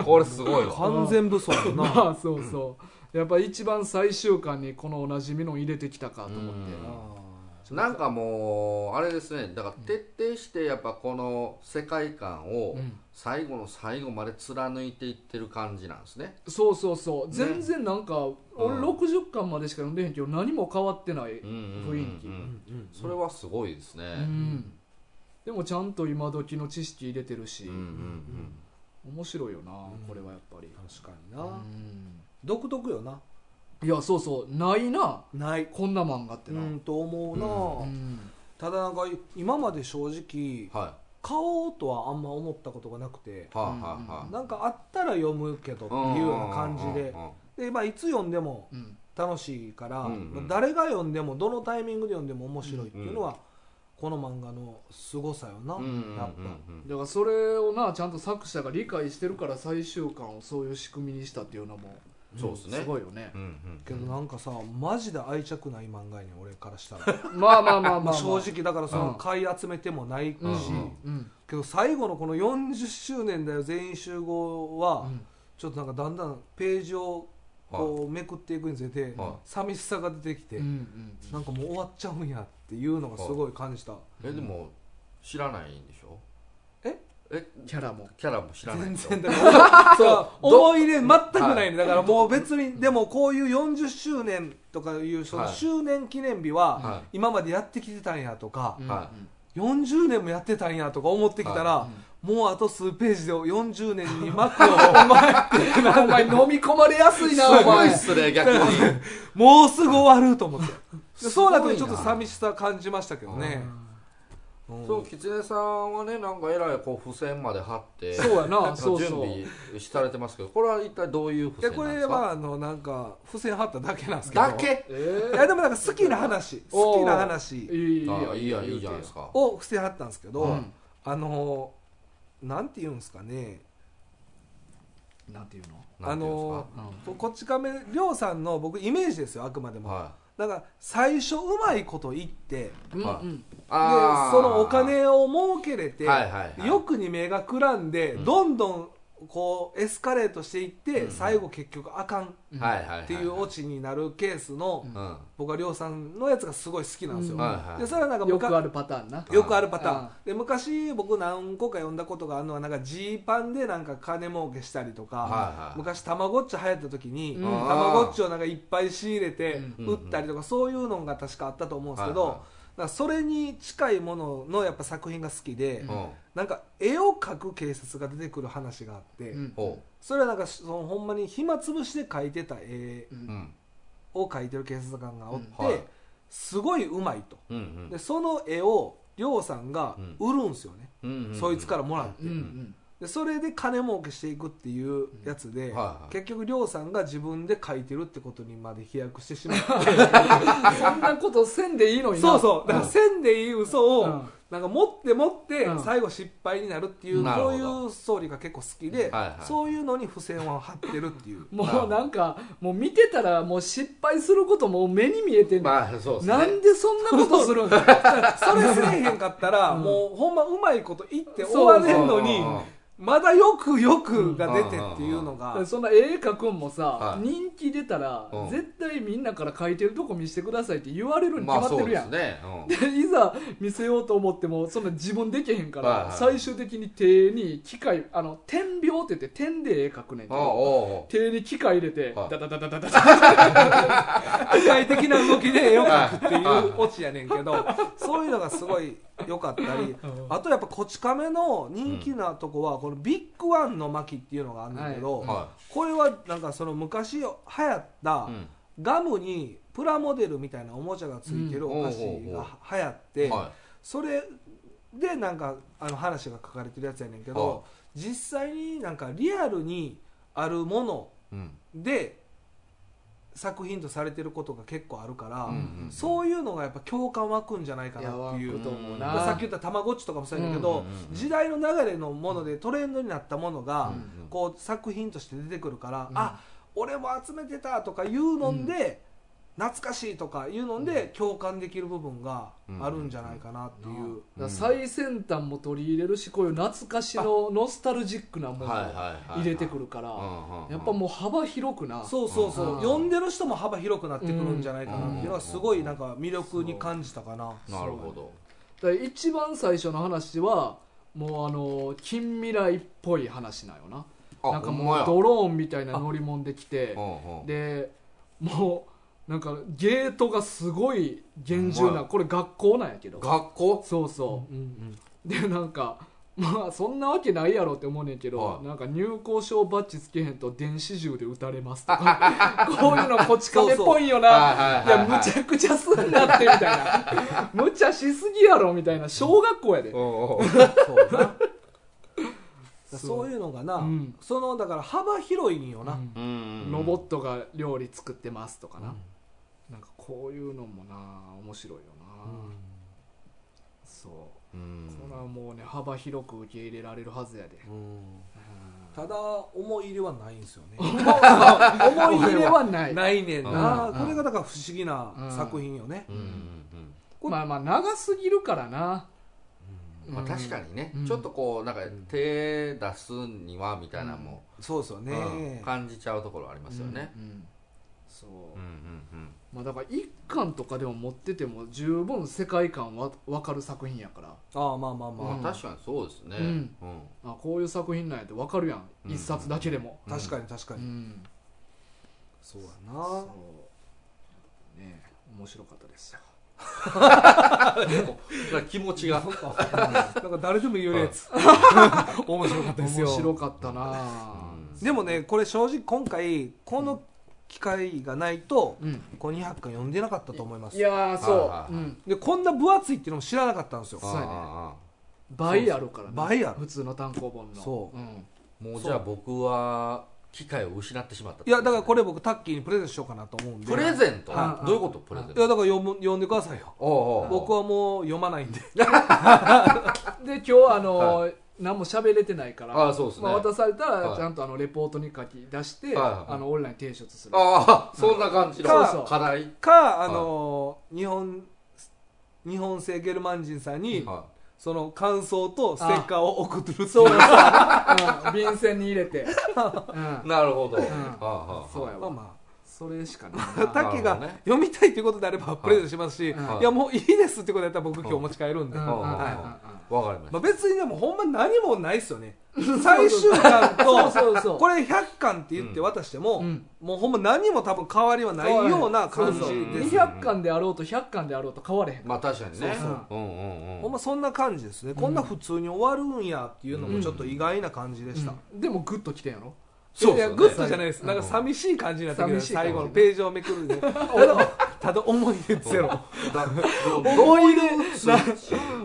C: おこれすごいわ
B: 完全武装やな
A: まあ [LAUGHS] そうそうやっぱ一番最終巻にこのおなじみの入れてきたかと思って
C: [LAUGHS] うん
B: あ
C: なんかもうあれですねだから徹底してやっぱこの世界観を
A: うん
C: 最後の最後まで貫いていってる感じなんですね
A: そうそうそう全然なんか、俺
C: うん
A: 60巻までしか読んでへんけど何も変わってない、
C: うんうんうん
A: 雰囲気
B: ーうんうん
C: それはすごいですね
A: うんでもちゃんと今時の知識入れてるし、
C: うんうんうん
A: 面白いよな、
B: ん
A: これはやっぱり、
B: 確かにな、
A: う
B: 独特よなん
A: いやそうそうないな
B: ない
A: こんな漫画ってな、
B: うんと思うな、
A: うん
B: ただなんか今まで正直
C: はい
B: 買おうとはあんま思ったことがなくて
C: はいはいはい
A: うん
B: なんかあったら読むけどっていうような感じでで、まあ、いつ読んでも
A: うん
B: 楽しいから、
C: うんうん
B: 誰が読んでもどのタイミングで読んでも面白いっていうのは、この漫画の凄さよな、
C: うんうん
B: やっぱ、
A: だからそれをなちゃんと作者が理解してるから最終巻をそういう仕組みにしたっていうのも
C: そうですね
A: すごいよね
C: うんうん
B: けどなんかさマジで愛着ない漫画やねん俺からしたら
A: まあまあまあま
C: [LAUGHS]
A: あ、まあ、
B: 正直だからそ
A: う
B: の
A: ん
B: 買い集めてもないし、
A: うんうん
B: けど最後のこの40周年だよ全員集合は、
A: うん
B: ちょっとなんかだんだんページを
C: は
B: こうめくっていくにつれて、
C: はい
B: 寂しさが出てきて、
A: うんうん
B: なんかもう終わっちゃうんやっていうのがすごい感じた、
C: いえでも知らないんでしょ
B: え
C: え
A: キャラも
C: キャラも知らな
B: 全
C: いでしょ
B: 然だから [LAUGHS] そう
C: ど
B: 思い入れ全くないねだからもう別にでもこういう40周年とかいうその
C: はい
B: 周年記念日は、
C: は
B: 今までやってきてたんやとか、
C: は
B: 40年もやってたんやとか思ってきたら、
A: い
B: もうあと数ページで40年に幕をお前ってな
A: お前飲み込まれやすいな
C: す
A: お
C: ごい
A: 前
C: っすね逆に
B: もうすぐ終わると思
C: [LAUGHS]
B: ってでそうなってちょっと
C: すごいな
B: 寂しさ感じましたけどね、うん
C: そう狐さんはねなんかえらいこう付箋まで貼って
A: そうや
C: なん
A: な
C: か
A: そう
C: 準
A: そう
C: 備されてますけどこれは一体どういう付
B: で
C: 箋
B: こ
C: なんで
B: れ
C: すか
B: はあのなんか付箋貼っただけなんですけど
C: だけ
A: え
B: いやでもなんか好きな
C: [LAUGHS]
B: 話
A: おー
B: [LAUGHS] 好きな
A: え
B: 話
A: いい
C: あいいや
A: 言うて
C: いいじゃないですか
B: を付箋貼ったんですけど、
A: うん
B: あのなんて言うんですかね
A: なんていうの
C: な
B: あ
C: んていうんです
B: の
C: か
B: ここっち亀亮さんの僕イメージですよあくまでも、
C: は
B: だから最初うまいこと言って
A: うん
C: は
A: うん
C: い
B: で
C: ー
B: そのお金を儲けれて、
C: はいはいはい
B: 欲に目がくらんで、
C: うん
B: どんどんこうエスカレートしていって、
C: うん
B: 最後結局あかん
C: はいはいはい
B: っていうオチになるケースの、
A: うん
C: うんは
B: 僕は亮さんのやつがすごい好きなんですよ、
A: う
C: い
A: ん
C: はい
B: でそれはなんか
A: よ
B: 昔
A: くあるパターンな
B: よくあるパター
A: う
B: ン、
A: ん
B: で昔僕何個か読んだことがあるのはなんかジーパンでなんか金儲けしたりとか、
C: はいはい
B: 昔たまごっち流行った時に
A: う
B: た
A: ん
B: まごっちをなんかいっぱい仕入れて
C: うん
B: 売ったりとか、そういうのが確かあったと思うんですけど、
C: はいはい
B: なんかそれに近いもののやっぱ作品が好きで、
A: う
C: うん
B: なんか絵を描く警察が出てくる話があって、
A: うん
C: ほ
B: それはなんかそのほんまに暇つぶしで描いてた絵
A: う
C: ううんん
B: を描いてる警察官がおって、
C: うんはい
B: すごいうまいと。
C: うん
B: でその絵を亮さんが売るんですよね、
C: うんうんうん
B: そいつからもらって、
A: うんうん
B: でそれで金儲けしていくっていうやつで、
C: うんはいはい
B: 結局亮さんが自分で描いてるってことにまで飛躍してしまって
A: そんなことせんでいいのにな
B: そうそうだから線でいい嘘を、
A: うん
B: なんか持って持って
A: うん
B: 最後失敗になるっていう、
C: なる
B: こ
C: ほ
B: う
C: ど
B: いうストーリーが結構好きで、
C: はいはい
B: そういうのに付箋を貼ってるっていう
A: もうなんかもう見てたらもう失敗することもう目に見えてんねん
C: まあそうですね
A: なんでそんなことす
C: [LAUGHS]
A: るん [LAUGHS] だ
B: それせえへんかったら、
A: うん
B: もうほんまうまいこと言って終われんのに
C: うんうんうん
B: まだよくよくが出てっていうのが、
A: そんな絵描くんもさ、
C: はい
A: 人気出たら、
C: うん
A: 絶対みんなから描いてるとこ見せてくださいって言われるに決まってるやん、
C: まあそうですねうん
A: でいざ見せようと思ってもそんな自分できへんから、
C: はいはい
A: 最終的に手に機械あの点描って言って点で絵描くねんけ
C: ああ
A: ど
C: お
A: 手に機械入れて、
C: はい
A: ダダダダダダダ
B: 機械的な動きで絵を描くっていうオチやねんけ
A: [LAUGHS]
B: どそういうのがすごい良かったりあとやっぱ「こち亀」の人気なとこはこのビッグワンの巻っていうのがあるんだけど、
C: おは
B: これはなんかその昔流行った
C: いうん
B: ガムにプラモデルみたいなおもちゃがついてるお菓子が流行って
C: は
B: それでなんかあの話が書かれてるやつやねんけ
C: は
B: ど実際になんかリアルにあるもの
C: いうん
B: で作品とされてることが結構あるから、
C: うんうん
B: そういうのがやっぱ共感湧くんじゃないか
A: いや
B: なってい
A: 湧
B: う
A: くと思う
B: ま
A: な
B: あさっき言ったたまごっちとかもそうやねんけ
C: う
B: ど
C: んうんうん
B: 時代の流れのものでトレンドになったものが
C: うんうん
B: こう作品として出てくるから、
A: うん
B: あ俺も集めてたとかいうのんで、懐かしいとかいうのんで共感できる部分があるんじゃないかなっていう。
A: だから最先端も取り入れるしこういう懐かしのノスタルジックなものを
C: はいはいはいはい
A: 入れてくるから、
C: うんうん
A: やっぱもう幅広くな
B: そうそうそう、
A: うん
B: 読んでる人も幅広くなってくるんじゃないかなっていうのはすごいなんか魅力に感じたかな、
C: なるほど
A: だから一番最初の話はもうあの近未来っぽい話なよな
C: あ
A: なんか
C: ほんま
A: もう
C: や
A: ドローンみたいな乗り物で来て
C: うんうん
A: でもうなんかゲートがすごい厳重
C: ほんま
A: な
C: や
A: これ学校なんやけど
C: 学校
A: そうそう
B: う、ん
A: でなんかまあそんなわけないやろって思うねんけど、
C: はい
A: なんか入校証バッジつけへんと電子銃で撃たれますと
C: [LAUGHS]
A: かこういうのこち亀っぽいよな
C: はい
A: い
C: はい
A: や
C: はい
A: むちゃくちゃすんなってみたいなむちゃしすぎやろみたいな小学校やで
C: おうおう
B: そうな
A: そう
B: そういうのがな、
A: うん
B: そのだから幅広いんよな、
A: うん
C: うんうんうん
A: ロボットが料理作ってますとかな、なんかこういうのもな面白いよな、そう
C: うん
A: これはもうね幅広く受け入れられるはずやで、
B: うん
A: う
B: ただ思い入れはないんですよね
A: ん思い入れはない
B: ないねんな、
A: うん
B: これがだから不思議な作品よね、
C: うんうん
A: まあまあ長すぎるからな、
C: うんまあ確かにね、
A: うん
C: ちょっとこうなんか手出すにはみたいなのも、
B: そうですよね、
C: うん感じちゃうところありますよね、
A: うんそう、
C: うんうん
A: まあだから一巻とかでも持ってても十分世界観は分かる作品やから
B: ああまあまあ
C: うん
B: まあ、
A: うん
C: まあ確かにそうですね、
A: うん
C: うん
A: あこういう作品なんやって分かるやん、
C: うん
A: 一冊だけでも、
C: うん
B: 確かに確か
A: う
B: に、
A: ん、
B: そうや
A: そ
B: な
A: うね面白かったですよ
C: だから気持ちが
B: なんか誰でも言えるやつ [LAUGHS] 面白かったですよ
A: 面白かったな
C: うん
B: でもねこれ正直今回この機会がないと、
A: うん、
B: この200巻読んでなかったと思います
A: いやーそう、
C: はいはいはい
A: うん、
B: でこんな分厚いっていうのも知らなかったんですよ
A: そうやね
C: ああ
A: 倍あるからね
B: 倍ある
A: 普通の単行本の
B: そう、
A: ん
C: もうじゃあ僕は機会を失ってしまった
B: いやだからこれ僕タッキーにプレゼントしようかなと思うんで
C: プレゼント
A: はい
C: どういうことプレゼン
B: いや
C: ト
B: だから読む読んでくださいよ
C: おうおうおう
B: 僕はもう読まないんで
A: で今日あのー何も喋れてないから
C: ああそうですね
A: まあ、渡されたら
C: はい
A: ちゃんとあのレポートに書き出して、
C: はいはい
A: あのオンライン提出する
C: ああそんな感じの
A: そうそう
C: 課題
B: かあのー日本日本製ゲルマン人さんに、
C: は
B: その感想とステッカーを送ってる
A: そううさ、うん、便箋に入れて、うん
C: いなるほどは
A: ん
C: あはあ
A: そうや
B: まあ
A: わ
B: ま
A: それしかない
B: [LAUGHS] あ
A: な
B: タッキー
C: なるほど
B: が
C: ね
B: 読みたいということであればプレゼントしますし、
A: はい
B: いやもういいですってことやったら僕今日持ち帰るんで、
A: うんうん
B: ま
A: うんうん
C: わかりまし
B: あ、別にでもほんま何もないっすよね最終巻
A: そう
B: と
A: そうそう
B: これ100巻って言って渡しても、
A: うん
B: もうほんま何も多分変わりはないような感じ
A: そうそう
B: です
C: よ
A: 200巻であろうと100巻であろうと変われへん
C: たまあ確かにね
A: そうそう
C: うんうんうん
B: ほんまそんな感じですね、こんな普通に終わるんやっていうのもちょっと意外な感じでした、
A: うんでもグッときてんやろ
C: そう
B: い
C: で
B: や
C: すよね
B: グッドじゃないです、なんか寂しい感じになってくる
A: 寂しい感じ
B: 最後のページをめくるんでただただ思い出ゼ
A: [LAUGHS]
B: ロ
C: だ
A: どういう
C: な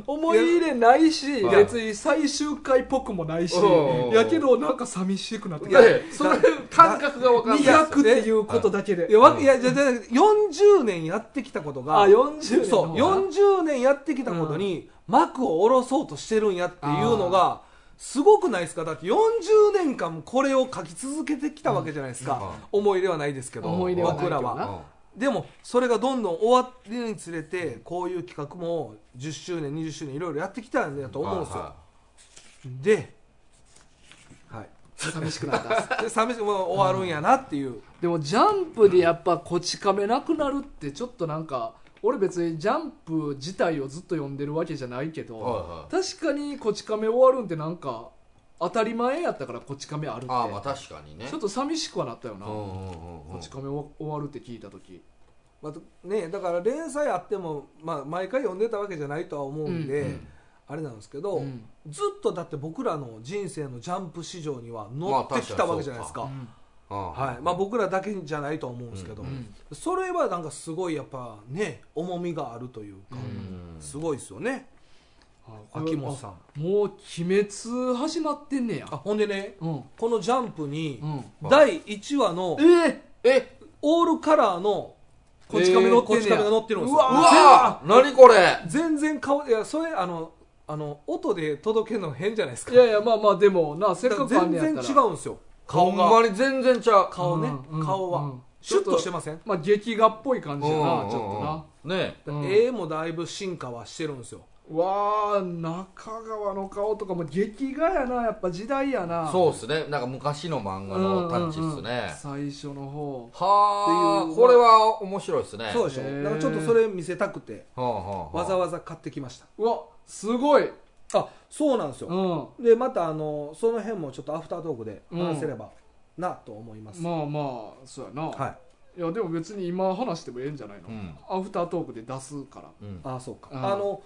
A: 思い入れないし
C: はい
A: 別に最終回っぽくもないし
C: うん
A: やけどなんか寂しくなって
C: い
A: きた
C: やそれ感覚がわかんない
A: 200っていうことだけで
B: いやわいやじゃじゃ40年やってきたことが
A: あ40年
B: そう40年やってきたことに幕を下ろそうとしてるんやっていうのがすごくないですかだって40年間これを書き続けてきたわけじゃないですか、思い入れはないですけど
A: 思い入れはないけ
B: 僕
A: どな
B: らはでもそれがどんどん終わるにつれてこういう企画も10周年20周年いろいろやってきたんだと思うんですよで,、はい、
A: 寂しくなった
B: で寂しくもう終わるんやなっていう、
A: でもジャンプでやっぱこち亀なくなるってちょっとなんか俺別にジャンプ自体をずっと読んでるわけじゃないけど、
C: はいはい
A: 確かにこち亀終わるんってなんか当たり前やったからこち亀あるって
C: ああまあ確かにね
A: ちょっと寂しくはなったよな、
C: うん
A: こ
C: うんうんうん
A: ち亀終わるって聞いた時
B: まあね、だから連載あっても、まあ、毎回読んでたわけじゃないとは思うんで、
C: うんうん
B: あれなんですけど、
A: うん
B: ずっとだって僕らの人生のジャンプ史上には
C: ま
B: 乗
C: あ
B: ってきたわけじゃないですか,、
A: うん
C: うん
B: はいまあ、僕らだけじゃないとは思うんですけど、
C: うん
A: うん
B: それはなんかすごいやっぱね重みがあるというか、
C: うん
B: すごいですよね
A: あこれ
B: 秋元さん
A: もう鬼滅始まってんねや
B: あほんでね
A: うん
B: この「ジャンプ」に
A: うん
B: 第1話の
A: ええ
C: え
B: オールカラーのこち亀
A: えー
B: のこち亀が載ってるんです
A: う
B: よ、
A: わ
C: うわー何これ
B: 全然顔いやそれあのあの音で届けるの変じゃないですか
A: いやいやまあまあでもなせっ
B: だか
A: からくあん
B: 全
A: ねや
B: 然
A: っ
B: 違
A: たら
B: うんですよ顔
C: ほん
B: が
C: まに全然ちゃう
B: 顔ね、
A: うんうん
B: 顔は、
A: うん
B: シュッとしてません
A: まあ劇画っぽい感じやなちょ
C: となね
A: っとな、うん
B: 絵もだいぶ進化はしてるんですよ
A: わあ中川の顔とかも劇画やなやっぱ時代やな
C: そうっすねなんか昔の漫画のタッチ
A: う
C: っす
A: んうんうん
C: ね
A: 最初の方
C: は
B: ってい
C: あ
B: う
C: これは面白いっすね
B: そうでしょ
A: へー
B: だからちょっとそれ見せたくて
C: はあはあ
B: わざわざ買ってきまし
A: うわすごい
B: たあそうなんです
A: う
B: よ、
A: ん
B: でまたあのその辺もちょっとアフタートークで話せればなと思います、
A: まあまあそうやな、
B: はい
A: い、やでも別に今話してもええんじゃないの、
C: うん
A: アフタートークで出すから
C: うん
B: あそうか、
A: うん
B: あの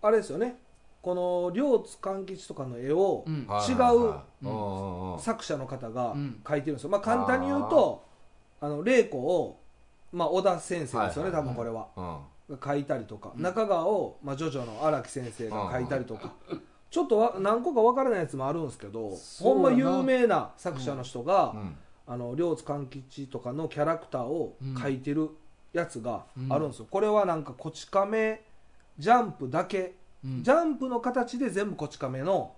B: あれですよねこの両津勘吉とかの絵を
A: うん
C: はい
B: 違う
C: はいはいうんうんうん
B: 作者の方が
A: うん
B: 書いてるんですよ、まあ簡単に言うとあの玲子を、まあ、小田先生ですよね、
C: はい
B: 多分これは、
C: うん
B: が書いたりとか、
A: うん
B: 中川を、まあ、ジョジョの荒木先生が書いたりとか、ちょっとわ何個かわからないやつもあるんですけど
A: そ
B: ほ
A: うんやな
B: ま有名な作者の人が、
C: うん
B: あの両津勘吉とかのキャラクターを描いてるやつが
A: うん
B: あるんですよ、これはなんかこち亀ジャンプだけ、
A: うん
B: ジャンプの形で全部こち亀の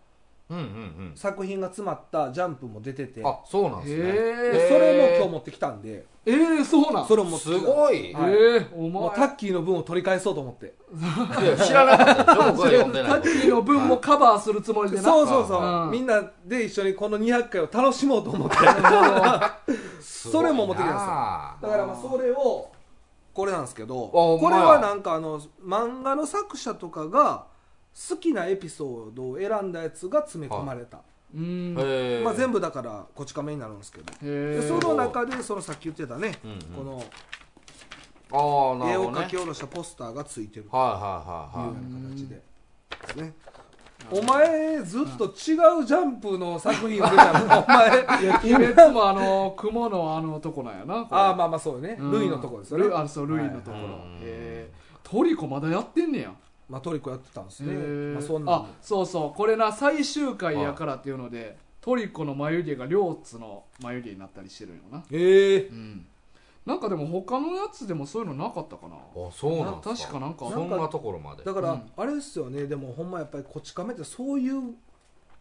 C: うんうん
B: 作品が詰まったジャンプも出てて
C: うんあそうなんですね
A: へー
B: でそれも今日持ってきたんで
A: えー、そうなん
B: それも持ってき
C: す
B: た
C: ごい、
B: はい
A: えー、お
B: もうタ
A: 前
B: ッキーの分を取り返そうと思って
C: いや知らなかったです僕は読んで
A: タ
C: ない
A: ッキーの分もカバーするつもりでな
B: そうそうそう、
A: うん
B: みんなで一緒にこの200回を楽しもうと思ってそれも持ってきたんですよ
C: あ
B: だからまあそれをこれなんですけど
C: ほ
B: こ
C: んま
B: れ
C: や
B: はなんかあの漫画の作者とかが好きなエピソードを選んだやつが詰め込まれた、
A: ううん
C: へー
B: まあ、全部だからこち亀になるんですけど、
A: へー
B: でその中でそのさっき言ってたね、
C: うんうん
B: こ
C: あー
B: の
C: な
B: 絵
C: るほ
B: を
C: どね
B: 描き下ろしたポスターがついてると
C: は
B: い
C: い
B: う
C: はい
B: よう
C: はいは
B: な形で。ですねお前ずっと違うジャンプの作品出たのお前
A: 鬼滅もあの雲のあのとこなんやなこれ
B: ああまあまあそうよね、
A: うん
B: ルイのとこですよね
A: ルイあそうルイのところ、
C: はい
A: へートリコまだやってんねや
B: まあ、トリコやってたんです
A: へ
B: ね、
A: ー
B: まあ、そんなんも
A: あそうそうこれな最終回やからっていうのでトリコの眉毛が両津の眉毛になったりしてるんよな
B: ええ
A: うんなんかでも他のやつでもそういうのなかったかない
C: あそうなんです
A: 確かなんか
C: そんなところまで
B: だから、
A: うん
B: あれですよねでもほんまやっぱりこち亀ってそういう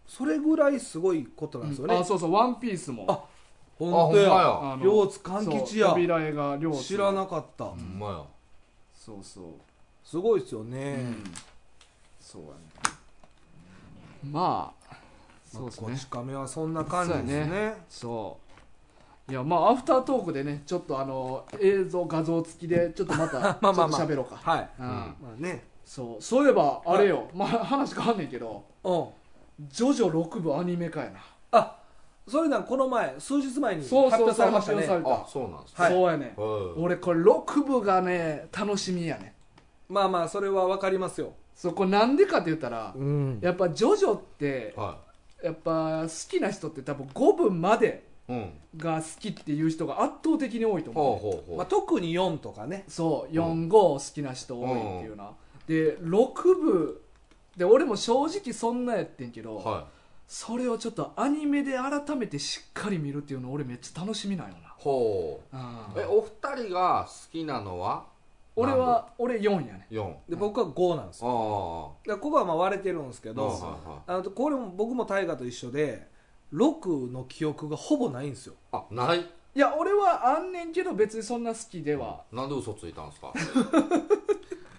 B: それぐらいすごいことなんですよね、
A: あそうそうワンピースも
B: あ
C: あ
B: ほん
C: ほん
B: と
C: ま
B: や
C: や
A: あの
B: 両津勘吉
A: そう
B: や
A: 扉絵が両津
B: 知らなかった、
C: ほんまや
A: そうそう
B: すごいですよ
A: う
B: ね、
A: んそうやねまあ
B: まあ
A: そうです
B: こ
A: ね
B: ち亀はそんな感じですね
A: そうやそういやまあアフタートークでねちょっとあの映像画像付きでちょっとまた
B: [LAUGHS] まあまあまあ
A: ちょっと喋ろうか、
B: はい、
A: うん
C: ん
B: まあね
A: そうそういえばあれよ、まあ、話変わんねんけど
B: うん
A: 「ジョジョ6部アニメ化やな、
B: あそれなんこの前数日前に発
A: そうそう
B: 表
A: そ
B: さ
A: う
B: れました
A: 発表
B: ね
A: された
C: あそうなんですね
B: はい
A: そうやねん
C: うん
A: 俺これ6部がね楽しみやねん
B: まあまあそれは分かりますよ、
A: そうこれなんでかって言ったら、
B: ん
A: やっぱ「ジョジョ」って
C: は
A: やっぱ好きな人って多分5部まで
C: いうん
A: が好きっていう人が圧倒的に多いと思うね、
C: ほうほうほう
B: まあ、特に4とかね
A: そう45好きな人多いっていうな、で6部で俺も正直そんなやってんけど、
C: はい
A: それをちょっとアニメで改めてしっかり見るっていうの俺めっちゃ楽しみなんよな
C: ほう
A: あ
C: えお二人が好きなのは
A: 俺は俺4やね
C: 4あ
B: で僕は5なんですよ
C: あ
B: だからここはまあ割れてるんですけど、
C: はいはいはい
B: あのこれも僕も大河と一緒で6の記憶がほぼないんですよ
C: あない
A: いや俺はあんねんけど別にそんな好きでは、
C: なんで嘘ついたんですか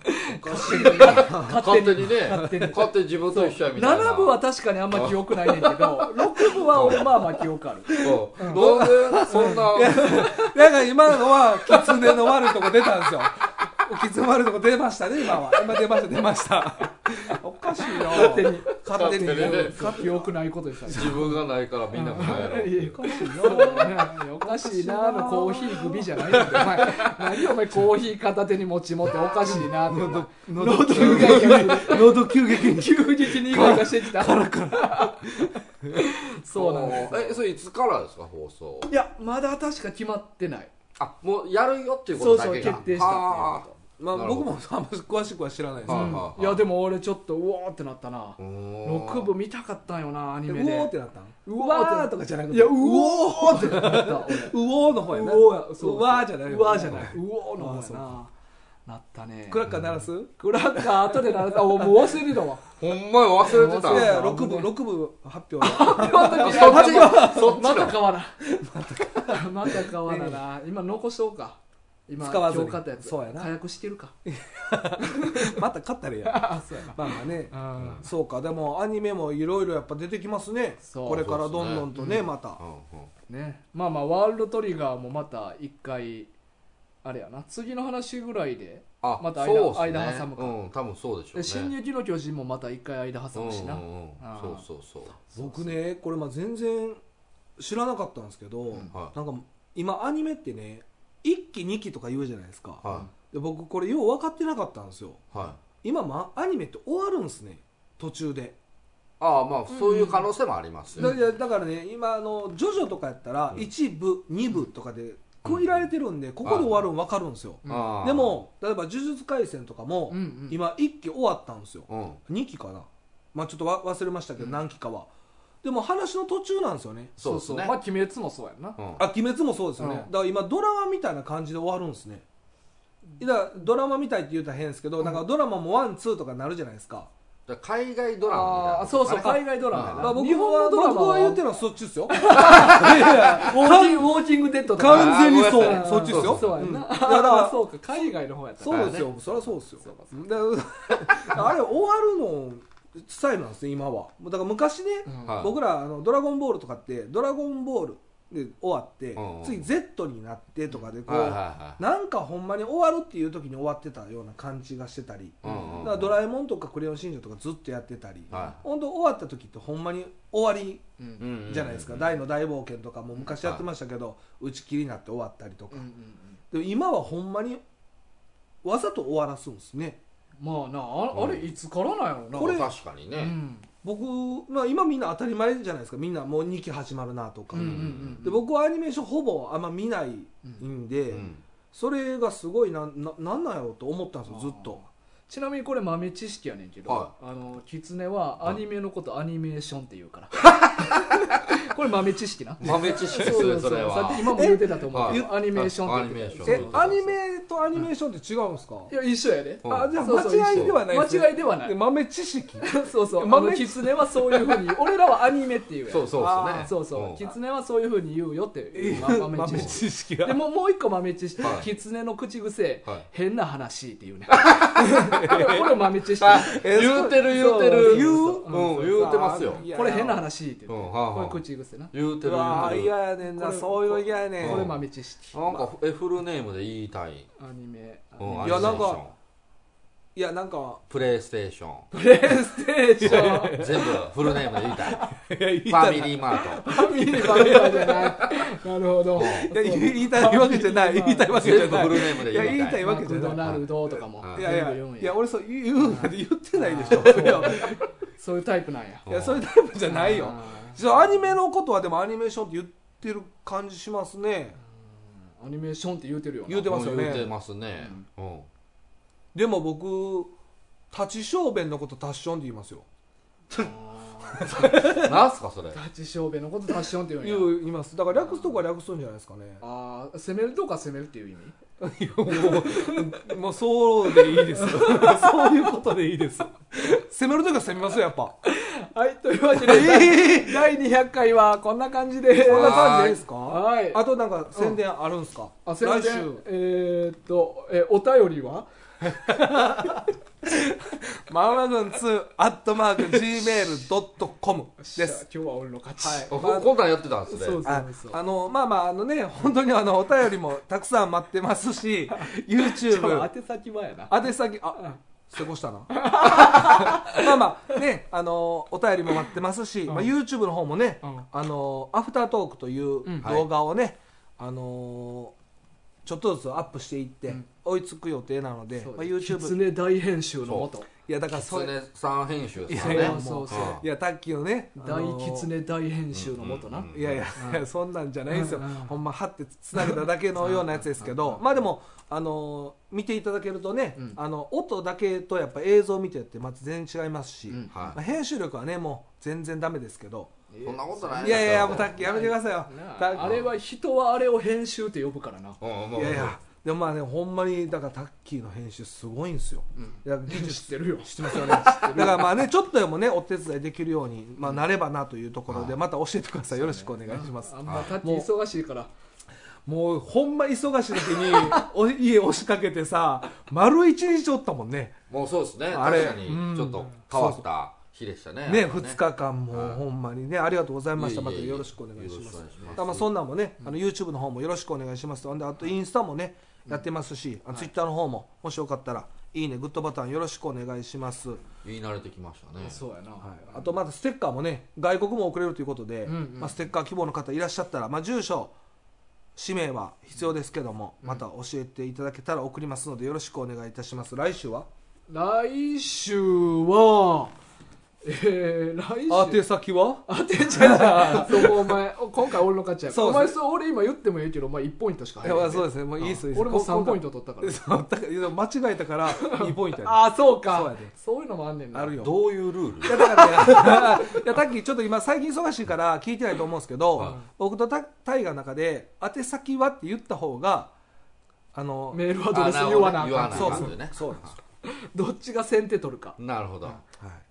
B: 勝手にな
C: 勝手にね
A: 勝手に
C: 勝手に自分と一緒やみたいな
A: 7部は確かにあんま記憶ないねんけど6部は俺まあまあ記憶ある
C: うんなんでそんな
B: だから今のは狐の悪いとこ出たんですよ [LAUGHS] 狐の悪いとこ出ましたね今は今出ました出ました [LAUGHS] おかしいな勝
A: 手に [LAUGHS]
B: 勝手に
C: 勝手にね
A: 記憶ないことでしたね
C: 自分がないからみんながないやろ
A: いやおかしいなおかしいなのコーヒー首じゃないんだよお前何お前コーヒー片手に持ち持っておかしいなって喉が
B: 喉急激に
A: 急激にイガイガしてきた [LAUGHS] そうなんです
C: えそれいつからですか放送
A: いやまだ確か決まってない
C: あもうやるよっていうこ
A: そ
C: と
A: う
C: だ
A: そう
C: けが
A: 決定したっていうこ
B: まあ
C: なるほ
B: 僕
C: ど
B: もあんま詳しくは知らないです
A: と、
C: は
A: う
C: い
A: ん
C: はい
A: いやでも俺ちょっとうおーってなったな
C: 6
A: 6部見たかったんよなアニ
B: う
A: メ
B: おーっ
A: で
B: てなったん
A: う
B: う
A: お
B: わ
A: ーっ
B: ー
A: て
B: とかじゃなくて
A: いやう
B: う
A: おーってなった俺
B: おーの方やな
A: うおーやそう
B: うわーじゃないよ
A: うわーじゃないうおーの
B: あ
A: 方
B: そ
A: や
B: うか
A: ななったね
B: クラッカー鳴らす
A: クラッカー後でなあもう忘れてたわ
C: ほんまや忘れて
B: いやい
C: た
B: や6部六部発
A: [LAUGHS]
B: 表だ
C: そっち
A: また
C: だ
A: 買わなまた買わなな今残しとこうか今
B: 使わずに
A: 今日買ったやつ
B: そうやな
A: 火薬してるか
B: また勝ったらええやん
A: あそうや
B: まあまあね
A: な
B: そうかでもアニメもいろいろやっぱ出てきますね
A: そう
B: これからどんどんとねまた
C: うんうん
A: ねまあまあワールドトリガーもまた一回あれやな次の話ぐらいで
C: あ
A: また間
C: そうっすね
A: 間挟むか
C: うん多分そうでしょう
A: で
C: ね
A: 進撃の巨人もまた一回間挟むしな
C: うんうんうん
A: あー
C: そうそうそう
B: 僕ねこれまあ全然知らなかったんですけど
A: ん
C: は
B: なんか今アニメってね1期2期とか言うじゃないですか
C: は
B: で僕これよう分かってなかったんですよ
C: いはい
B: 今まアニメって終わるんですね途中で
C: ああまあそういう可能性もありますよ
B: だいやだからね今あのジョジョとかやったら
C: うん
B: 1部2部とかで区切られてるんでここで終わるん分かるんですよ
A: うん
C: あー
B: でも例えば「呪術廻戦」とかも
A: うんうん
B: 今1期終わったんですよ
C: うん
B: 2期かなまあちょっとわ忘れましたけど何期かはでも話の途中なんですよね
C: そうですね
A: まあ、鬼滅もそうやんな。
C: うん
B: あ鬼滅もそうですよね、
A: うん
B: だから今ドラマみたいな感じで終わるんですねだからドラマみたいって言うたら変ですけど、なんかドラマもワンツーとかなるじゃないですか、
C: だから海外ドラマみたいな
A: ああ、そうそう、
C: あれ
A: 海外ドラマやな。
B: まあ、僕
A: 日本
B: は
A: のドラマ
B: 僕は言ってる
A: る
B: のはそっちですよいやいや
A: ウォーキングウォーキングデッドと
B: 完
A: か。
B: 全にそう
C: あーごめんなさい
B: そっちですよ
A: そうや
B: うんん
A: [LAUGHS]
B: い
A: な。
B: やだか
A: ああ、
B: ら
A: そうか、海外の方やった
B: そうですよ、そりゃそうですよだ [LAUGHS] あれ終わるのスタイルなんですね今はもうだから昔ね、
A: うん
C: はい
B: 僕らあの「ドラゴンボール」とかって「ドラゴンボール」で終わって、
C: うんうん
B: 次「Z」になってとかでこう、
C: はいはい
B: なんかほんまに終わるっていう時に終わってたような感じがしてたり、
C: はいうんうん
B: だからドラえもんとかクレヨンしんちゃんとかずっとやってたり、
C: は
B: 本当終わった時ってほんまに終わり
A: うん
C: うんうんうん
B: じゃないですか、大の大冒険とかも昔やってましたけど、打ち切りになって終わったりとか
A: うんう、ん
B: でも今はほんまにわざと終わらすんですね
A: うんまあなあ、あれいつからなんやろうな。
C: これ確かに
A: う
C: ね
A: ん。
B: 僕、まあ、今みんな当たり前じゃないですかみんなもう2期始まるなとか、
A: うんうんうん
B: で僕はアニメーションほぼあんま見ないんで、
C: うん
B: それがすごいなななんなんやろうと思ったんですよずっと。
A: ちなみにこれ豆知識やねんけど、
C: は
A: あのキツネはアニメのことアニメーションって言うから、これ豆知識な
C: 豆知識ですねそれ
A: さっ
C: は
A: き今も言うてたと思うけ
C: え
A: どアニメーションって言ってた
C: アニメーショ
B: え
C: ン
B: アニメとアニメーションって違うんですか、
A: いや一緒やで
C: うん
B: あじゃあ
A: そうそう
B: 間違いではない
A: 間違いではない
B: で豆知識
A: そうそう
B: 豆
A: 豆キツネはそういうふうに俺らはアニメって言うやん
C: そうそうです
B: あ
C: ね
A: そうそうキツネはそういうふうに言うよっていうま
B: [LAUGHS]
A: 豆知
B: 豆
A: 識
B: 知識
A: で
B: が
A: ももう一個豆知識、
C: はい
A: キツネの口癖、
C: はい
A: 変な話って言
B: [LAUGHS]
A: うねこれこれ豆知識
B: え
C: 言うてる言
A: そう
C: うてる
A: 言う
C: うん言うてますよ
B: あーいや
A: これ変な話って
C: う
A: 言う、
C: んはあ
A: こ
C: は
A: れ
C: あ
A: 口癖な、
C: 言うて
B: う
C: る
B: わー
C: 言うてる
B: 嫌やねん
A: こ
B: な
A: れ
B: そういうの嫌やねん
A: これ
C: ま
A: 豆知識
C: なんかえフルネームで言いたい
A: アニメ
C: うん
B: いや
C: アニメーシ
B: な
C: ョ
B: ん
C: ン
B: かいやなんか
C: プレイステーション
A: プレイステーション
C: 全部フルネームで言いたいフ
B: いや言い
C: ァ
B: たい
C: ミリーマート
A: ファミリーバンバンじゃないなるほど
B: や言いたいわけじゃない言いたいわけじゃ
C: 全部
B: な
C: フ
B: い
C: ルネームで
B: いや
C: 言い
B: 言い
C: た
B: た
C: い
B: いわ
A: マ
B: けじ
A: クド
B: ゃない
A: ナルドとかも
C: はい
A: 全
B: やいや
A: 部言うん
B: い
A: や
B: や俺そう言うなんて言ってないでしょそれを
A: そういうタイプなんや
B: いやそういうタイプじゃないよ
A: あ
B: そうアニメのことはでもアニメーションって言ってる感じしますね
A: ーアニメーションって言うてるよな
B: 言うてますよね
C: 言うてますねうん
B: でも僕立ち小便のこと達ションって言いますよ
C: なんすかそれ
A: タッチ小便のことタッションって言うん
B: 言
A: や
B: う言いますだから略すとこは略すんじゃないですかね
A: ああ攻めるとか攻めるっていう意味
B: もうそうでいいです [LAUGHS] そういうことでいいです攻めるときは攻めますよやっぱ
A: [LAUGHS] はいというわけで第200回はこんな感じで
B: こんな感じでいいですか
A: はい
B: あとなんか宣伝あるんですか、
A: あすいませ
B: 来
A: ん
B: 週
A: えーっとえお便りは
B: マンマグン2アットマーク Gmail.com で
A: じゃあ
B: す
A: 今日は俺の勝ち
B: はい
C: ここんなんやってたんですね
A: そう
B: あ
A: そう
B: あのまあまああのね本当にあのお便りもたくさん待ってま
A: [LAUGHS]
B: すし YouTube
A: 宛先はやな
B: 宛先あ過ごしたな [LAUGHS] まあまあねあのお便りも待ってますし、まあ、YouTube の方もね、
A: うん
B: あのアフタートークという動画をね、あのちょっとずつアップしていって、追いつく予定なのでまあ、YouTube
A: 狐大編集のもと
B: いやだからそれ
C: 狐さん編集です
A: そ
C: よ
A: う
B: いや
C: ね
A: そうそう
B: いやタッキーのね、あ
A: 大
B: の
A: 狐大編集のもとな、
C: うんうん
B: いやいや、いや [LAUGHS] そんなんじゃないですよ、
A: うんうん
B: ほんま、はってつなげただけのようなやつですけど、まあでも、あのー見ていただけるとね、
A: うん
B: あの音だけとやっぱ映像見てって、また全然違いますし、
A: うん
B: ま
C: は
B: あ、編集力はね、もう全然だめですけど、
C: いそんなことない
B: いやいやいや、もう
C: う
B: タッキー、やめてくださいよ、
A: な
B: タッ
A: ああれは人はあれを編集って呼ぶからな、
C: ん
B: いやいや、でもまあね、ほんまに、だからタッキーの編集、すごいんですよ。だから技術
A: 知ってるよ
B: 知ってますよね。だからまあね、ちょっとでもね、お手伝いできるように、まあ、なればなというところで、また教えてください。よろしくお願いします
A: あ。んまタッチ忙しいから
B: もうほんま忙しい時
C: [LAUGHS]
B: にお家押しかけてさ丸一日おったもんね
C: もうそうですね
B: あれ
C: 確かにちょっと変わった日でした
B: ね
C: ねあれは
B: 2日間もほんまにねありがとうございました
C: いえ
B: ま
C: い
B: た
C: えいえ
B: よろしくお願いし
C: よろ
B: ま
C: しく
B: す
C: お願いします
B: だからまあそんなんもねあの YouTube の方もよろしくお願いしますほんであとインスタもねやってますしあの Twitter の方ももしよかったらいいねグッドボタンよろしくお願いします
C: 言い慣れてきましたね
A: そうやな、
B: あとまたステッカーもね外国も送れるということで
A: うんうん
B: まあステッカー希望の方いらっしゃったらまあ住所氏名は必要ですけどもまた教えていただけたら送りますのでよろしくお願いいたします来週は
A: 来週はえー、来週
B: 宛先は
A: 当てちゃうそこお前今回俺の勝ちや
B: そう
A: お
B: で
A: 前
B: すね
A: そう俺今言ってもいいけどお前1ポイントしか
B: い
A: 入
B: や
A: らない、
B: まあそうですねもういいですいいです
A: 俺も3ポイン
B: ト
A: ト取ったから
B: 間違えたから2ポイントやね
A: ああそうか
B: そう
A: そうい
B: やで
A: うのもあんねんな
B: あるよ
C: どういうルー
B: い
C: ル
B: やだからねいやタッキーちょっと今最近忙しいから聞いてないと思うんですけど、
C: はい
B: 僕とタタイガーの中で宛先はって言った方があの
A: メールアドレス
C: あな
A: 言
C: るほど
A: わなあ
C: 言わ
A: かん
C: なあ
B: そう
C: かん
B: そ
C: と
B: う
C: いうね
B: そうなんですよ
A: どっちが先手取るか
C: なるほど
B: はい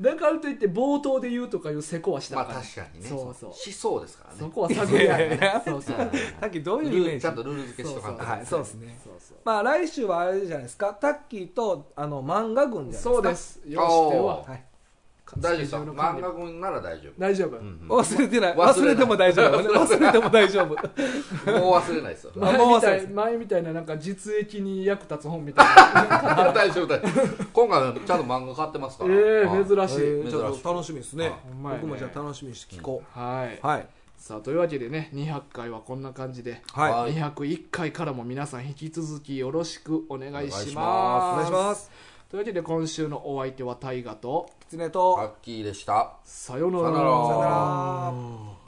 A: だからといって冒頭で言うとかいうせこはした
C: ま
A: ら
C: あ
A: あかん
C: 確かにね
A: そうそう
C: しそうですから
A: そ
C: ね
A: こは探り合い
B: いやいや
A: そうそう
C: はい
B: タッキーどう
C: ル
B: いうイメ
C: ー
B: ー
C: ルちゃん
B: ジ
C: とルール付けしとかんと
B: はいそうですね
A: そうそう
B: まあ来週はあれじゃないですかタッキーとあの漫画軍じゃないですか
A: そうですよしでは
C: おー
B: はい、
C: 大丈夫です
A: スケ
C: よ
A: ジュール管
C: 漫
A: 理
C: 画軍なら大丈
A: 大丈夫、
C: 夫うんうんも
B: 忘れてない忘れ
C: 忘れない
B: ても大丈夫、ね、 [LAUGHS] 忘れても大丈 [LAUGHS] 夫
C: う忘れない [LAUGHS] ですよ
B: あ
A: 前
B: もう
A: み
B: 忘
A: た
B: れ
A: い
B: て
A: 前みたいななんか実益に役立つ本みたいな
C: 大丈夫大丈夫今回はちゃんと漫画買ってますから
A: [LAUGHS] ええ
C: は
A: 珍
C: い
A: しい、
B: えーちょっと楽しみですね
C: はい
A: ほんまやね
B: 僕もじゃあ楽しみにして聞こ
A: はい、
B: うはい
A: さあというわけでね200回はこんな感じで、
B: はい
C: はい
A: 201回からも皆さん引き続きよろしくお願いし
B: お
A: ま
B: 願い
A: す
B: します
A: というわけで今週のお相手は大ガと
B: キツネと
C: ラッキーでした
A: さよう
C: さよなら
B: さよなら